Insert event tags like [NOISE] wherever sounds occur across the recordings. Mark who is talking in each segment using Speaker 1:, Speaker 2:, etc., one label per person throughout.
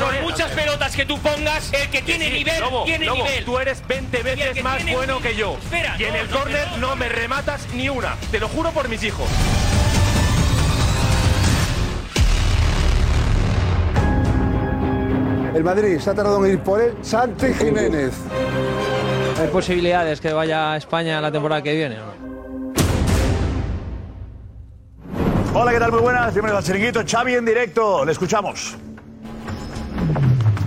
Speaker 1: Por muchas pelotas que tú pongas, el que tiene
Speaker 2: Sí,
Speaker 1: nivel,
Speaker 2: Lobo,
Speaker 1: tiene
Speaker 2: Lobo,
Speaker 1: nivel.
Speaker 2: Tú eres 20
Speaker 1: el que
Speaker 2: veces más
Speaker 1: tiene-
Speaker 2: bueno que yo.
Speaker 1: Espera,
Speaker 2: y en
Speaker 1: no,
Speaker 2: el
Speaker 1: no,
Speaker 2: córner
Speaker 1: no,
Speaker 2: no,
Speaker 1: no.
Speaker 2: me rematas ni una. Te lo juro por mis hijos.
Speaker 3: El Madrid se ha tardado en ir por él. Santi Jiménez.
Speaker 4: ¿Hay posibilidades que vaya a España la temporada que viene?
Speaker 5: Hola, ¿qué tal? Muy buenas. Bienvenido al chiringuito. Xavi en directo. Le escuchamos.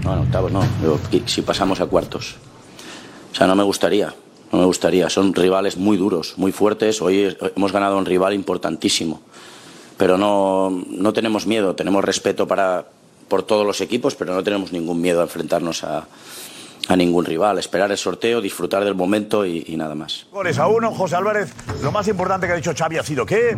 Speaker 6: No, en octavos no. Yo, qui- si pasamos a cuartos. O sea, no me gustaría. No me gustaría. Son rivales muy duros, muy fuertes. Hoy eh, hemos ganado a un rival importantísimo. Pero no, no tenemos miedo. Tenemos respeto para, por todos los equipos, pero no tenemos ningún miedo a enfrentarnos a, a ningún rival. Esperar el sorteo, disfrutar del momento y- y nada más.
Speaker 5: Goles a uno. José Álvarez, lo más importante que ha dicho Xavi ha sido que...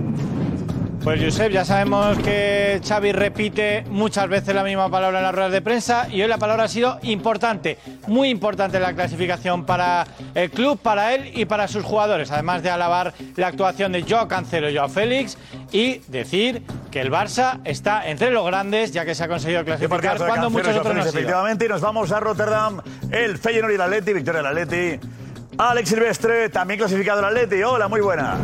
Speaker 7: Pues Josep, ya sabemos que Xavi repite muchas veces la misma palabra en las ruedas de prensa y hoy la palabra ha sido importante, muy importante en la clasificación para el club, para él y para sus jugadores, además de alabar la actuación de Joao Cancelo y Joao Félix y decir que el Barça está entre los grandes ya que se ha conseguido
Speaker 5: Qué
Speaker 7: clasificar
Speaker 5: partidazo de
Speaker 7: cuando
Speaker 5: Cancelo y
Speaker 7: muchos
Speaker 5: Joao
Speaker 7: otros no
Speaker 5: Félix,
Speaker 7: han sido.
Speaker 5: Efectivamente, y nos vamos a Rotterdam. El Feyenoord y el Atleti. Victoria del Atleti. Alex Silvestre, también clasificado el Atleti. Hola, muy buenas.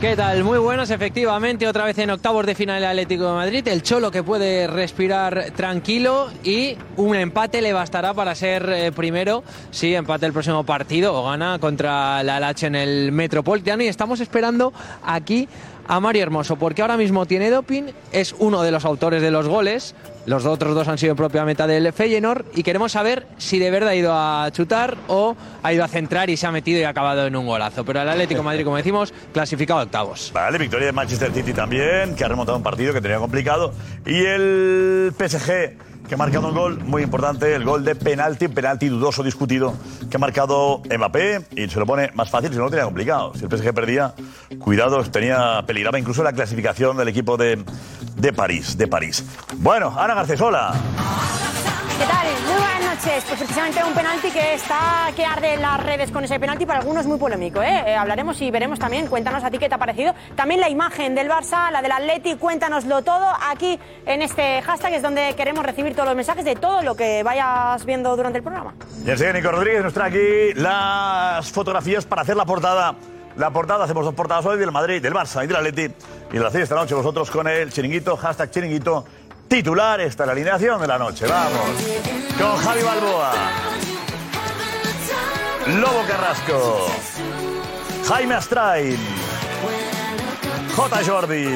Speaker 4: ¿Qué tal? Muy buenas, efectivamente, otra vez en octavos de final el Atlético de Madrid, el Cholo que puede respirar tranquilo y un empate le bastará para ser eh, primero si empate el próximo partido o gana contra la Lache en el Metropolitano y estamos esperando aquí a Mario Hermoso porque ahora mismo tiene doping, es uno de los autores de los goles, los otros dos han sido en propia meta del Feyenoord y queremos saber si de verdad ha ido a chutar o ha ido a centrar y se ha metido y ha acabado en un golazo, pero el Atlético de Madrid, como decimos, clasificado a octavos.
Speaker 5: Vale, victoria de Manchester City también, que ha remontado un partido que tenía complicado. Y el PSG, que ha marcado un gol muy importante, el gol de penalti, penalti dudoso, discutido, que ha marcado Mbappé y se lo pone más fácil, si no lo tenía complicado. Si el PSG perdía, cuidado, tenía, peligraba incluso la clasificación del equipo de, de París, de París. Bueno, Ana Garcés, hola.
Speaker 8: ¿Qué tal? Muy buenas noches. Pues precisamente un penalti que está que arde en las redes con ese penalti para algunos muy polémico. ¿eh? Eh, hablaremos y veremos también. Cuéntanos a ti qué te ha parecido. También la imagen del Barça, la del Atleti. Cuéntanoslo todo aquí en este hashtag es donde queremos recibir todos los mensajes de todo lo que vayas viendo durante el programa.
Speaker 5: Y enseguida Nico Rodríguez nos trae aquí las fotografías para hacer la portada. La portada, hacemos dos portadas hoy del Madrid, del Barça y del Atleti. Y de las seis esta noche vosotros con el chiringuito, hashtag chiringuito, titular, esta es la alineación de la noche. Vamos. Con Javi Balboa. Lobo Carrasco. Jaime Astrain. J. Jordi.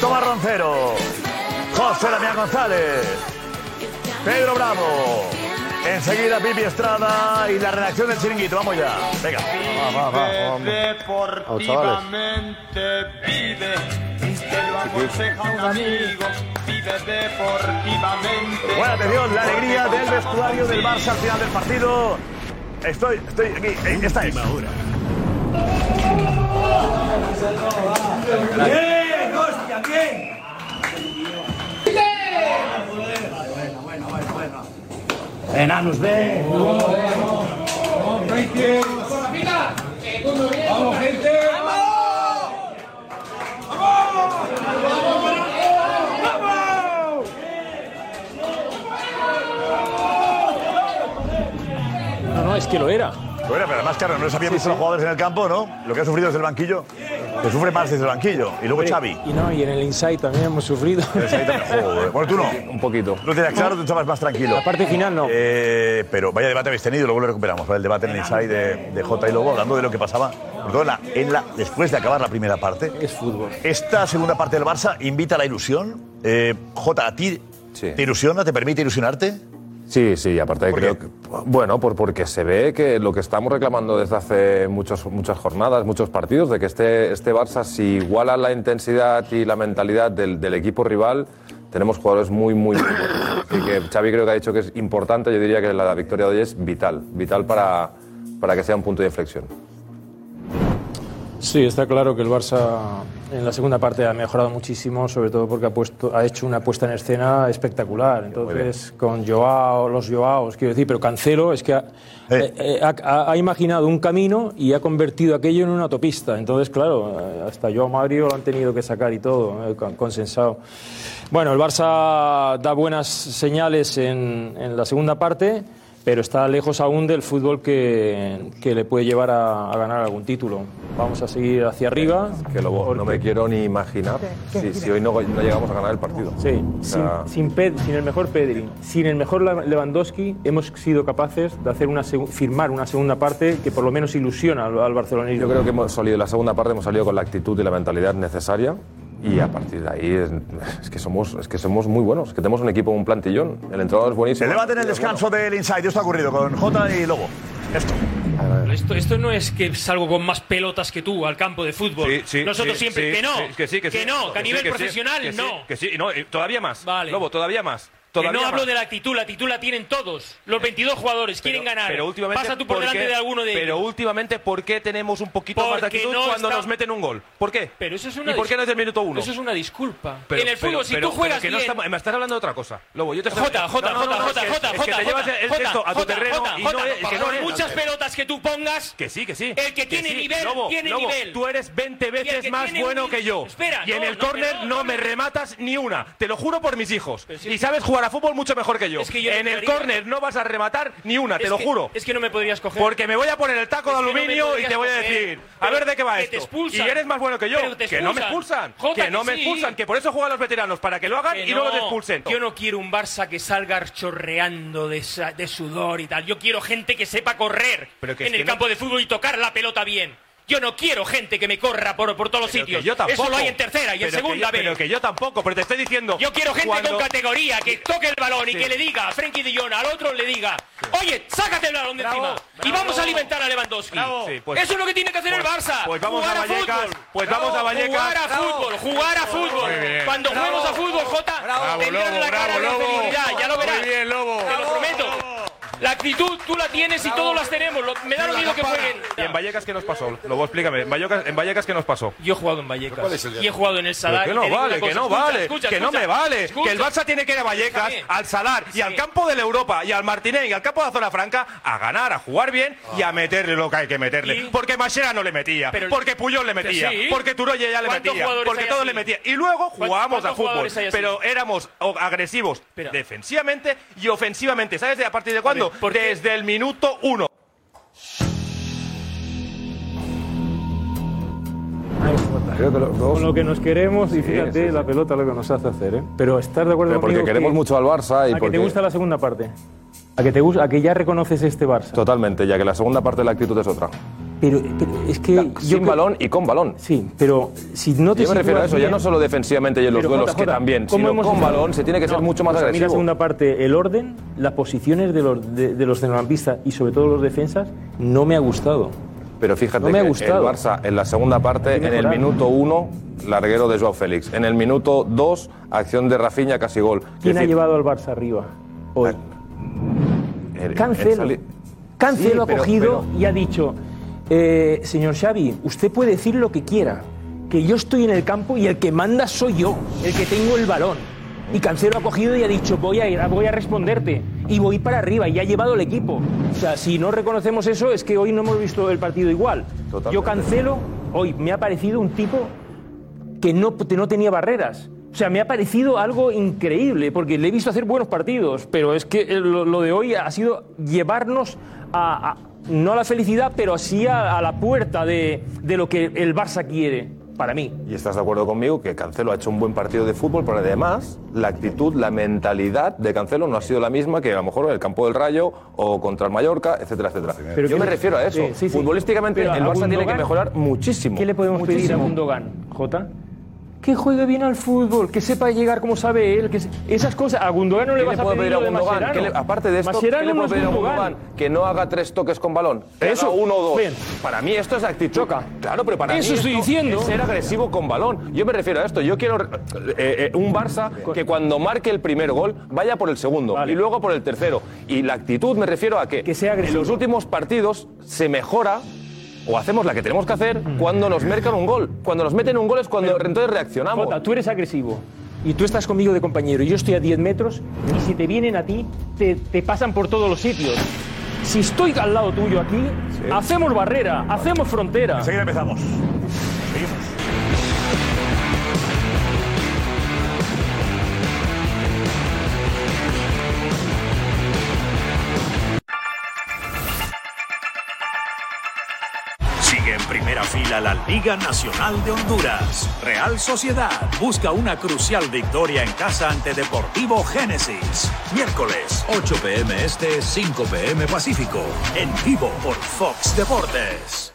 Speaker 5: Tomás Roncero. José Damián González. Pedro Bravo. Enseguida Pipi Estrada y la redacción del chiringuito. Vamos ya. Venga.
Speaker 3: Va, va, va, hombre. Vamos, chavales.
Speaker 7: Deportivamente vive, te lo aconseja un amigo, vive deportivamente.
Speaker 5: Buena atención, la alegría del vestuario del Barça al final del partido. Estoy, estoy aquí. Eh, Esta es.
Speaker 9: ¡Bien! ¡Hostia, bien!
Speaker 10: Enanos, ve.
Speaker 9: ¡Vamos, gente!
Speaker 5: No, no, es que lo era. Lo era, pero además, claro, no les había visto los jugadores en el campo, ¿no? Lo que ha sufrido desde el banquillo. Que sufre más desde el banquillo. Y luego Xavi.
Speaker 11: Y no, y en el Inside también hemos sufrido.
Speaker 5: [LAUGHS]
Speaker 11: [LAUGHS]
Speaker 5: Joder. Bueno, tú no. Un poquito. No tenías claro, tú estabas más tranquilo. La parte final no. pero vaya debate habéis tenido, luego lo recuperamos. ¿vale? El debate en el inside de, de J y Lobo, hablando de lo que pasaba. Perdona, en la, después de acabar la primera parte. Es fútbol. Esta segunda parte del Barça invita a la ilusión. Eh, J, ¿a ti te ilusiona? ¿Te permite ilusionarte?
Speaker 12: Sí, sí, y aparte creo que, bueno, por, porque se ve que lo que estamos reclamando desde hace muchos, muchas jornadas, muchos partidos, de que este, este Barça, si iguala la intensidad y la mentalidad del, del equipo rival, tenemos jugadores muy, muy, muy buenos. Así que Xavi creo que ha dicho que es importante, yo diría que la victoria de hoy es vital, vital para, para que sea un punto de inflexión.
Speaker 11: Sí, está claro que el Barça en la segunda parte ha mejorado muchísimo, sobre todo porque ha, puesto, ha hecho una puesta en escena espectacular. Entonces, con Joao, los Joaos, quiero decir, pero Cancelo es que ha, eh, eh, ha- ha imaginado un camino y ha convertido aquello en una autopista. Entonces, claro, eh, hasta Joao Mario lo han tenido que sacar y todo, eh, con- consensado. Bueno, el Barça da buenas señales en, en la segunda parte, pero está lejos aún del fútbol que, que le puede llevar a, a ganar algún título. Vamos a seguir hacia arriba.
Speaker 12: Que Lobo, no me quiero ni imaginar si, si hoy no, no llegamos a ganar el partido.
Speaker 11: Sí,
Speaker 12: O
Speaker 11: sin,
Speaker 12: sea,
Speaker 13: Ah.
Speaker 11: sin Ped- sin el mejor Pedri, sin el mejor La- Lewandowski, hemos sido capaces de hacer una segu- firmar una segunda parte que por lo menos ilusiona al, al barcelonismo.
Speaker 12: Yo creo que hemos salido, la segunda parte hemos salido con la actitud y la mentalidad necesaria y a partir de ahí es, es que, somos, es que somos muy buenos, que tenemos un equipo, un plantillón, el entrenador es buenísimo.
Speaker 5: El debate en el descanso del inside. Esto ha ocurrido con J y Lobo. Esto.
Speaker 7: Esto, esto no es que salgo con más pelotas que tú al campo de fútbol. Nosotros
Speaker 13: sí,
Speaker 7: siempre.
Speaker 13: sí,
Speaker 7: que no.
Speaker 13: sí, que sí, que, sí.
Speaker 7: no. Que a
Speaker 13: sí,
Speaker 7: nivel
Speaker 13: que sí,
Speaker 7: profesional,
Speaker 13: que sí,
Speaker 7: no.
Speaker 13: que sí, y no, y todavía más. Lobo, todavía más.
Speaker 7: Que
Speaker 13: Todavía
Speaker 7: no hablo
Speaker 13: más. Eh,
Speaker 7: de la actitud, la actitud la tienen todos. Los 22 jugadores quieren ganar.
Speaker 13: Pero últimamente,
Speaker 7: Pasa tú por, delante
Speaker 13: qué-
Speaker 7: de alguno de
Speaker 13: Pero
Speaker 7: ellos.
Speaker 13: últimamente, ¿por qué tenemos un poquito más de
Speaker 7: Porque
Speaker 13: actitud
Speaker 7: no
Speaker 13: cuando
Speaker 7: está-
Speaker 13: nos meten un gol? ¿Por qué?
Speaker 7: Pero eso es una
Speaker 13: ¿Y por qué
Speaker 7: dis-
Speaker 13: no es el minuto uno?
Speaker 7: Eso es una disculpa.
Speaker 13: Pero-
Speaker 7: en el fútbol,
Speaker 13: pero-
Speaker 7: si
Speaker 13: pero-
Speaker 7: tú juegas
Speaker 13: pero que no
Speaker 7: bien-
Speaker 13: está- me estás hablando de otra cosa. Lobo, yo te estoy
Speaker 7: Jota, Jota,
Speaker 13: No, no, no,
Speaker 7: Jota,
Speaker 13: no, es
Speaker 7: Jota,
Speaker 13: que-
Speaker 7: Jota,
Speaker 13: es que te llevas el- esto a tu terreno y no es- que no es-
Speaker 7: muchas pelotas que tú pongas.
Speaker 13: Que sí, que sí.
Speaker 7: El que tiene
Speaker 13: sí,
Speaker 7: nivel,
Speaker 13: Lobo,
Speaker 7: tiene
Speaker 13: Lobo,
Speaker 7: nivel.
Speaker 13: Tú eres 20
Speaker 7: Y el que
Speaker 13: veces más
Speaker 7: tiene
Speaker 13: bueno
Speaker 7: un-
Speaker 13: que yo.
Speaker 7: Espera,
Speaker 13: y en
Speaker 7: no,
Speaker 13: el
Speaker 7: no,
Speaker 13: córner
Speaker 7: pero
Speaker 13: no, me rematas ni una. Te lo juro por mis hijos.
Speaker 7: Pero si es
Speaker 13: y
Speaker 7: que-
Speaker 13: sabes jugar a fútbol mucho mejor que yo.
Speaker 7: Es que yo no
Speaker 13: en el
Speaker 7: jugaría.
Speaker 13: córner no vas a rematar ni una, te
Speaker 7: Es
Speaker 13: lo
Speaker 7: que-
Speaker 13: juro.
Speaker 7: Es que no me podrías coger.
Speaker 13: Porque me voy a poner el taco
Speaker 7: Es
Speaker 13: de
Speaker 7: que no me
Speaker 13: aluminio y
Speaker 7: podrías
Speaker 13: te voy a
Speaker 7: coger.
Speaker 13: decir, a
Speaker 7: Pero
Speaker 13: ver de qué va
Speaker 7: que te
Speaker 13: esto. y
Speaker 7: expulsan.
Speaker 13: eres más bueno que yo.
Speaker 7: Pero te
Speaker 13: Que no me
Speaker 7: expulsan.
Speaker 13: expulsan.
Speaker 7: Jota,
Speaker 13: que no
Speaker 7: que
Speaker 13: me
Speaker 7: sí.
Speaker 13: expulsan. Que por eso juegan los veteranos, para que lo hagan
Speaker 7: Que
Speaker 13: y no los expulsen.
Speaker 7: Yo no quiero un Barça que salga chorreando de, sa- de sudor y tal. Yo quiero gente que sepa correr
Speaker 13: Pero que es
Speaker 7: en el
Speaker 13: que no-
Speaker 7: campo de fútbol y tocar la pelota bien. Yo no quiero gente que me corra por, por todos los
Speaker 13: Pero que
Speaker 7: sitios.
Speaker 13: yo tampoco.
Speaker 7: Eso lo hay en tercera y en
Speaker 13: Pero que
Speaker 7: segunda
Speaker 13: yo-
Speaker 7: vez.
Speaker 13: Pero que yo tampoco, pero te estoy diciendo.
Speaker 7: Yo quiero gente
Speaker 13: cuando-
Speaker 7: con categoría, que toque el balón y
Speaker 13: Sí.
Speaker 7: que le diga a Frenkie de Jong, al otro le diga, oye, sácate el balón de
Speaker 13: Bravo,
Speaker 7: encima y
Speaker 13: bravo.
Speaker 7: vamos a alimentar a Lewandowski.
Speaker 13: Bravo. Sí, pues-
Speaker 7: Eso es lo que tiene que hacer el
Speaker 13: pues-
Speaker 7: Barça.
Speaker 13: pues vamos
Speaker 7: jugar
Speaker 13: a Vallecas,
Speaker 7: fútbol.
Speaker 13: pues vamos a Vallecas.
Speaker 7: Jugar a
Speaker 13: Bravo.
Speaker 7: fútbol, jugar a fútbol.
Speaker 13: Muy bien.
Speaker 7: Cuando
Speaker 13: Bravo.
Speaker 7: juguemos a fútbol, Jota,
Speaker 13: Bravo,
Speaker 7: tendrás
Speaker 13: Lobo,
Speaker 7: la cara de
Speaker 13: bravo, Lobo.
Speaker 7: felicidad, ya lo
Speaker 13: Muy
Speaker 7: verás.
Speaker 13: bien, Lobo.
Speaker 7: Te lo prometo. La actitud tú la tienes y todos las tenemos. Lo- Me da lo mismo que jueguen.
Speaker 13: ¿Y en Vallecas qué nos pasó? Lobo, explícame. ¿En Vallecas, en Vallecas qué nos pasó?
Speaker 7: Yo he jugado en
Speaker 13: ¿Cuál
Speaker 7: Vallecas
Speaker 13: es el día?
Speaker 7: y he jugado en el Sadar.
Speaker 13: Pero que
Speaker 7: y te
Speaker 13: no
Speaker 7: digo
Speaker 13: vale,
Speaker 7: una
Speaker 13: que
Speaker 7: cosa,
Speaker 13: no
Speaker 7: escucha,
Speaker 13: vale,
Speaker 7: escucha,
Speaker 13: que no
Speaker 7: escucha,
Speaker 13: me vale,
Speaker 7: escucha.
Speaker 13: que el Barça tiene que ir a Vallecas,
Speaker 7: Escúchame.
Speaker 13: al Salar y al campo de la Europa y al Martínez y al campo de la zona franca a ganar, a jugar bien y a meterle lo que hay que meterle.
Speaker 7: ¿Y?
Speaker 13: Porque Machera no le metía,
Speaker 7: Pero-
Speaker 13: porque Puyol le metía,
Speaker 7: Sí.
Speaker 13: porque Turoye ya le
Speaker 7: ¿Cuántos
Speaker 13: metía,
Speaker 7: jugadores
Speaker 13: porque
Speaker 7: hay
Speaker 13: todos
Speaker 7: así?
Speaker 13: le metían. Y luego jugábamos
Speaker 7: cuántos
Speaker 13: a fútbol,
Speaker 7: jugadores hay así?
Speaker 13: pero éramos o- agresivos defensivamente y ofensivamente. ¿Sabes de a partir de cuándo? Desde el minuto uno.
Speaker 11: Creo que Con lo que nos queremos y fíjate la pelota lo que nos hace hacer. ¿eh? Pero estar de acuerdo
Speaker 12: Pero porque
Speaker 11: conmigo
Speaker 12: queremos
Speaker 11: que-
Speaker 12: mucho al Barça y
Speaker 11: a que
Speaker 12: porque...
Speaker 11: te gusta la segunda parte. A que te gusta, a que ya reconoces este Barça.
Speaker 12: Totalmente, ya que la segunda parte de la actitud es otra.
Speaker 11: Pero, pero es que yo
Speaker 12: Sin
Speaker 11: creo-
Speaker 12: balón y con balón.
Speaker 11: Sí, pero si no te
Speaker 12: Yo me refiero a
Speaker 11: sitúas
Speaker 12: eso, ya
Speaker 11: bien-
Speaker 12: no solo defensivamente y en los
Speaker 11: Pero,
Speaker 12: duelos,
Speaker 11: Jota,
Speaker 12: que
Speaker 11: Jota,
Speaker 12: también,
Speaker 11: ¿cómo
Speaker 12: sino
Speaker 11: hemos
Speaker 12: con
Speaker 11: estado?
Speaker 12: balón se tiene que ser
Speaker 11: No,
Speaker 12: mucho más
Speaker 11: pues a mí la
Speaker 12: agresivo.
Speaker 11: segunda parte, el orden, las posiciones de los, de, de los centrocampistas y sobre todo los defensas, no me ha gustado.
Speaker 12: Pero fíjate
Speaker 11: No me ha
Speaker 12: que
Speaker 11: gustado.
Speaker 12: el Barça en la segunda parte, en el
Speaker 11: mejorar.
Speaker 12: minuto 1, larguero de Joao Félix. En el minuto 2, acción de Rafinha, casi gol.
Speaker 11: ¿Quién
Speaker 12: Quiero
Speaker 11: ha
Speaker 12: decir,
Speaker 11: llevado al Barça arriba hoy?
Speaker 12: Ah, el- el
Speaker 11: Cancelo.
Speaker 12: sali-
Speaker 11: Cancelo
Speaker 12: Sí,
Speaker 11: ha
Speaker 12: pero-
Speaker 11: cogido y ha dicho, eh, señor Xavi, usted puede decir lo que quiera, que yo estoy en el campo y el que manda soy yo, el que tengo el balón. Y Cancelo ha cogido y ha dicho, voy a ir, voy a responderte. Y voy para arriba y ha llevado el equipo. O sea, si no reconocemos eso, es que hoy no hemos visto el partido igual. Yo Cancelo, hoy me ha parecido un tipo que no, que no tenía barreras. O sea, me ha parecido algo increíble, porque le he visto hacer buenos partidos, pero es que eh, lo, lo de hoy ha sido llevarnos a, a- no a la felicidad, pero sí a, a la puerta de, de lo que el Barça quiere.
Speaker 12: Para mí. Y estás de acuerdo conmigo que Cancelo ha hecho un buen partido de fútbol, pero además la actitud, la mentalidad de Cancelo no ha sido la misma que a lo mejor en el campo del Rayo o contra el Mallorca, etcétera, etcétera.
Speaker 7: Pero
Speaker 12: Yo
Speaker 7: ¿qué
Speaker 12: me
Speaker 7: le-
Speaker 12: refiero a eso.
Speaker 7: Sí, sí, sí.
Speaker 12: Futbolísticamente
Speaker 7: Pero
Speaker 12: el
Speaker 7: a
Speaker 12: Barça tiene que
Speaker 7: Gundogan,
Speaker 12: mejorar muchísimo.
Speaker 7: ¿Qué le podemos pedir a
Speaker 12: Muchísimo.
Speaker 7: Gundogan, Jota? Que juegue bien al fútbol, que sepa llegar como sabe él, que se- esas cosas. A Gundogan no le
Speaker 12: ¿Qué
Speaker 7: vas
Speaker 12: le puedo
Speaker 7: a
Speaker 12: pedir
Speaker 7: pedir
Speaker 12: a
Speaker 7: lo de
Speaker 12: Gundogan?
Speaker 7: Mascherano.
Speaker 12: ¿Qué le- aparte de esto, ¿qué
Speaker 7: Mascherano
Speaker 12: le
Speaker 7: no
Speaker 12: puedo
Speaker 7: es
Speaker 12: pedir a
Speaker 7: Gundogan.
Speaker 12: Gundogan? Que no haga tres toques con balón. Eso, uno o dos.
Speaker 7: Bien.
Speaker 12: Para mí esto es actitud. Claro, pero para
Speaker 7: Eso
Speaker 12: mí
Speaker 7: estoy
Speaker 12: esto
Speaker 7: diciendo.
Speaker 12: es ser agresivo con balón. Yo me refiero a esto. Yo quiero eh, eh, un Barça que cuando marque el primer gol vaya por el segundo y luego por el tercero. Y la actitud me refiero a que, en los últimos partidos se mejora. O hacemos la que tenemos que hacer
Speaker 7: Mm.
Speaker 12: cuando nos mercan un gol. Cuando nos meten un gol es cuando entonces reaccionamos.
Speaker 7: Jota, tú eres agresivo. Y tú estás conmigo de compañero y yo estoy a 10 metros y si te vienen a ti, te, te pasan por todos los sitios. Si estoy al lado tuyo aquí, hacemos barrera, hacemos frontera. Enseguida
Speaker 5: empezamos.
Speaker 14: Sigue en primera fila la Liga Nacional de Honduras. Real Sociedad busca una crucial victoria en casa ante Deportivo Génesis. Miércoles, 8 pm este, 5 pm Pacífico. En vivo por Fox Deportes.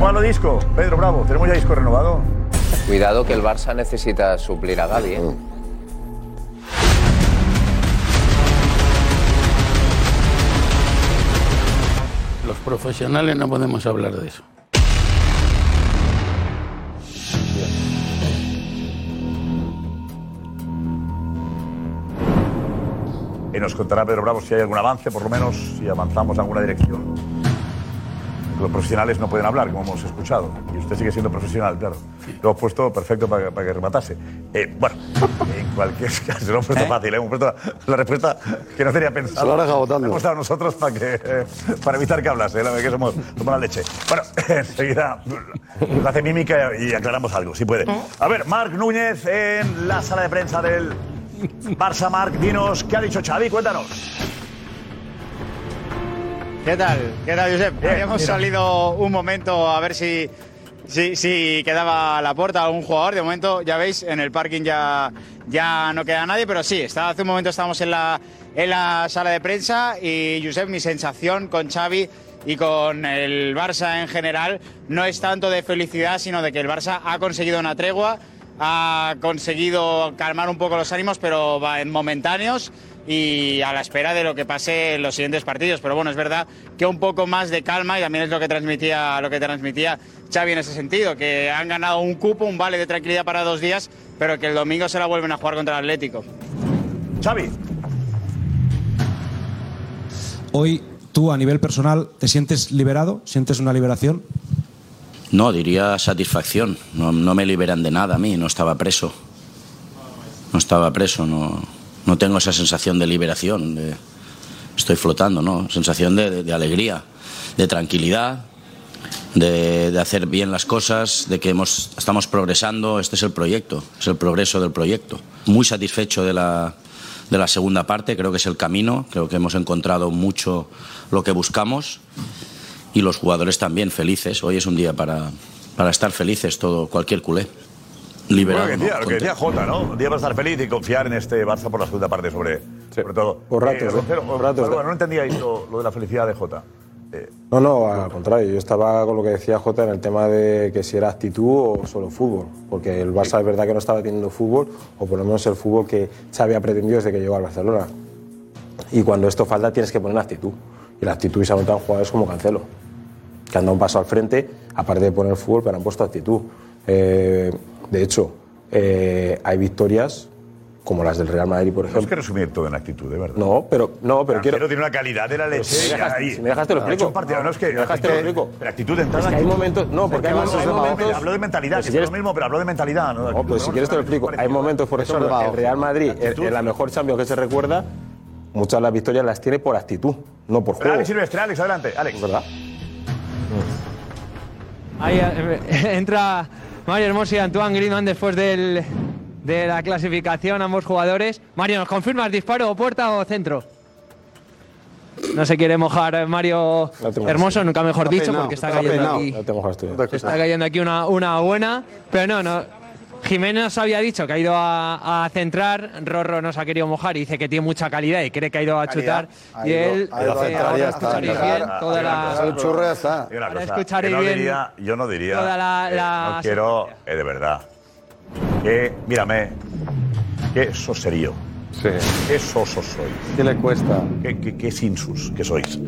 Speaker 5: Malo disco, Pedro Bravo, tenemos ya disco renovado.
Speaker 15: Cuidado que el Barça necesita suplir a Gaby. ¿eh?
Speaker 10: Los profesionales no podemos hablar de eso.
Speaker 5: Y nos contará Pedro Bravo si hay algún avance, por lo menos, si avanzamos en alguna dirección. Los profesionales no pueden hablar, como hemos escuchado. Y usted sigue siendo profesional, claro. Lo hemos puesto perfecto para, que- para que rematase. Eh, bueno, en cualquier [LAUGHS] caso, lo hemos puesto fácil. ¿eh? Hemos puesto la respuesta que no tenía pensado.
Speaker 16: Se lo ha dejado votando.
Speaker 5: La hemos dado nosotros para, que, eh, para evitar que hablase, ¿eh? la verdad que somos, somos la leche. Bueno, [LAUGHS] enseguida nos hace mímica y aclaramos algo, si puede. A ver, Marc Núñez en la sala de prensa del Barça. Marc, dinos, ¿qué ha dicho Xavi? Cuéntanos.
Speaker 17: ¿Qué tal? ¿Qué tal, Josep?
Speaker 5: Bien,
Speaker 17: Habíamos
Speaker 5: mira.
Speaker 17: salido un momento a ver si, si, si quedaba a la puerta algún jugador. De momento, ya veis, en el parking ya, ya no queda nadie, pero sí, está, hace un momento estábamos en la, en la sala de prensa y, Josep, mi sensación con Xavi y con el Barça en general no es tanto de felicidad, sino de que el Barça ha conseguido una tregua, ha conseguido calmar un poco los ánimos, pero va en momentáneos y a la espera de lo que pase en los siguientes partidos. Pero bueno, es verdad que un poco más de calma y también es lo que transmitía, lo que transmitía Xavi en ese sentido, que han ganado un cupo, un vale de tranquilidad para dos días, pero que el domingo se la vuelven a jugar contra el Atlético.
Speaker 5: Xavi.
Speaker 18: Hoy tú a nivel personal te sientes liberado, sientes una liberación.
Speaker 6: No, diría satisfacción. No, no me liberan de nada a mí, no estaba preso. No estaba preso, no, no tengo esa sensación de liberación. de- estoy flotando, ¿no? Sensación de, de- de alegría, de tranquilidad, de, de hacer bien las cosas, de que hemos, estamos progresando. Este es el proyecto, es el progreso del proyecto. Muy satisfecho de la, de la segunda parte, creo que es el camino, creo que hemos encontrado mucho lo que buscamos y los jugadores también felices. Hoy es un día para, para estar felices, todo cualquier culé. Liberado.
Speaker 5: Bueno, lo que decía,
Speaker 6: ¿no?
Speaker 5: lo que decía Jota, ¿no? Un día para estar feliz y confiar en este Barça por la segunda parte, sobre, sobre todo.
Speaker 19: Por ratos, ¿eh?
Speaker 5: Roncero,
Speaker 19: Por ratos.
Speaker 5: Salva, no entendíais lo, lo de la felicidad de Jota.
Speaker 19: No, no, al contrario. Yo estaba con lo que decía Jota en el tema de que si era actitud o solo fútbol. Porque el Barça es verdad que no estaba teniendo fútbol, o por lo menos el fútbol que Xavi ha pretendido desde que llegó al Barcelona. Y cuando esto falta tienes que poner actitud. Y la actitud se ha notado en jugadores como Cancelo, que han dado un paso al frente, aparte de poner fútbol, pero han puesto actitud. Eh, de hecho, eh, hay victorias como las del Real Madrid, por ejemplo.
Speaker 5: que resumir todo en actitud, de verdad.
Speaker 19: No, pero, no, pero quiero.
Speaker 5: Pero tiene una calidad de la
Speaker 19: Pero
Speaker 5: leche.
Speaker 19: si me dejas-
Speaker 5: ahí.
Speaker 19: si me dejas te lo
Speaker 5: Ha
Speaker 19: explico.
Speaker 5: hecho un partido, no, es que,
Speaker 19: Si me dejas te lo
Speaker 5: es que-
Speaker 19: explico.
Speaker 5: pero actitud de entrada.
Speaker 19: Es que hay
Speaker 5: actitud.
Speaker 19: momentos- no, porque hay
Speaker 5: Habló
Speaker 19: momentos-
Speaker 5: de-
Speaker 19: hay momentos-
Speaker 5: Habló de mentalidad, si
Speaker 19: Pues si
Speaker 5: es
Speaker 19: quieres-
Speaker 5: lo mismo, pero habló de mentalidad. No,
Speaker 19: No, pues si quieres te lo explico. Hay momentos, por
Speaker 5: Eso ¿eh?
Speaker 19: ejemplo,
Speaker 5: es
Speaker 19: el Real Madrid,
Speaker 5: Actitud.
Speaker 19: en la mejor Champions que se recuerda, muchas de las victorias las tiene por actitud, no
Speaker 5: Pero
Speaker 19: por juego.
Speaker 5: Alex Silvestre, Alex, adelante. Alex.
Speaker 19: ¿Verdad?
Speaker 4: Ahí eh, [LAUGHS] entra Mario Hermoso y Antoine Griezmann después del- de la clasificación, ambos jugadores. Mario, ¿nos confirmas disparo o puerta o centro? No se quiere mojar eh, Mario Hermoso, nunca mejor dicho, porque está cayendo aquí.
Speaker 19: No te mojas tú.
Speaker 4: Está cayendo aquí una, una buena, pero no, no. Jiménez nos había dicho que ha ido a, a centrar, Rorro nos ha querido mojar y dice que tiene mucha calidad y cree que ha ido a chutar.
Speaker 16: Ha
Speaker 4: y
Speaker 16: ido-
Speaker 4: él,
Speaker 16: ha ido a
Speaker 4: eh,
Speaker 16: centrar,
Speaker 4: ahora
Speaker 16: ya está,
Speaker 4: escucharéis
Speaker 16: claro.
Speaker 4: bien toda la-
Speaker 16: Hacer un churro, ya está.
Speaker 5: Y una
Speaker 4: Ahora
Speaker 5: cosa,
Speaker 4: escucharé
Speaker 5: yo no
Speaker 4: bien
Speaker 5: diría- yo no diría.
Speaker 4: toda la-
Speaker 5: eh,
Speaker 4: la-
Speaker 5: no quiero, eh, de verdad. Que, mírame, qué soserío. Sí. Qué soso sois. ¿Qué le cuesta? Qué, qué, qué sinsus que sois.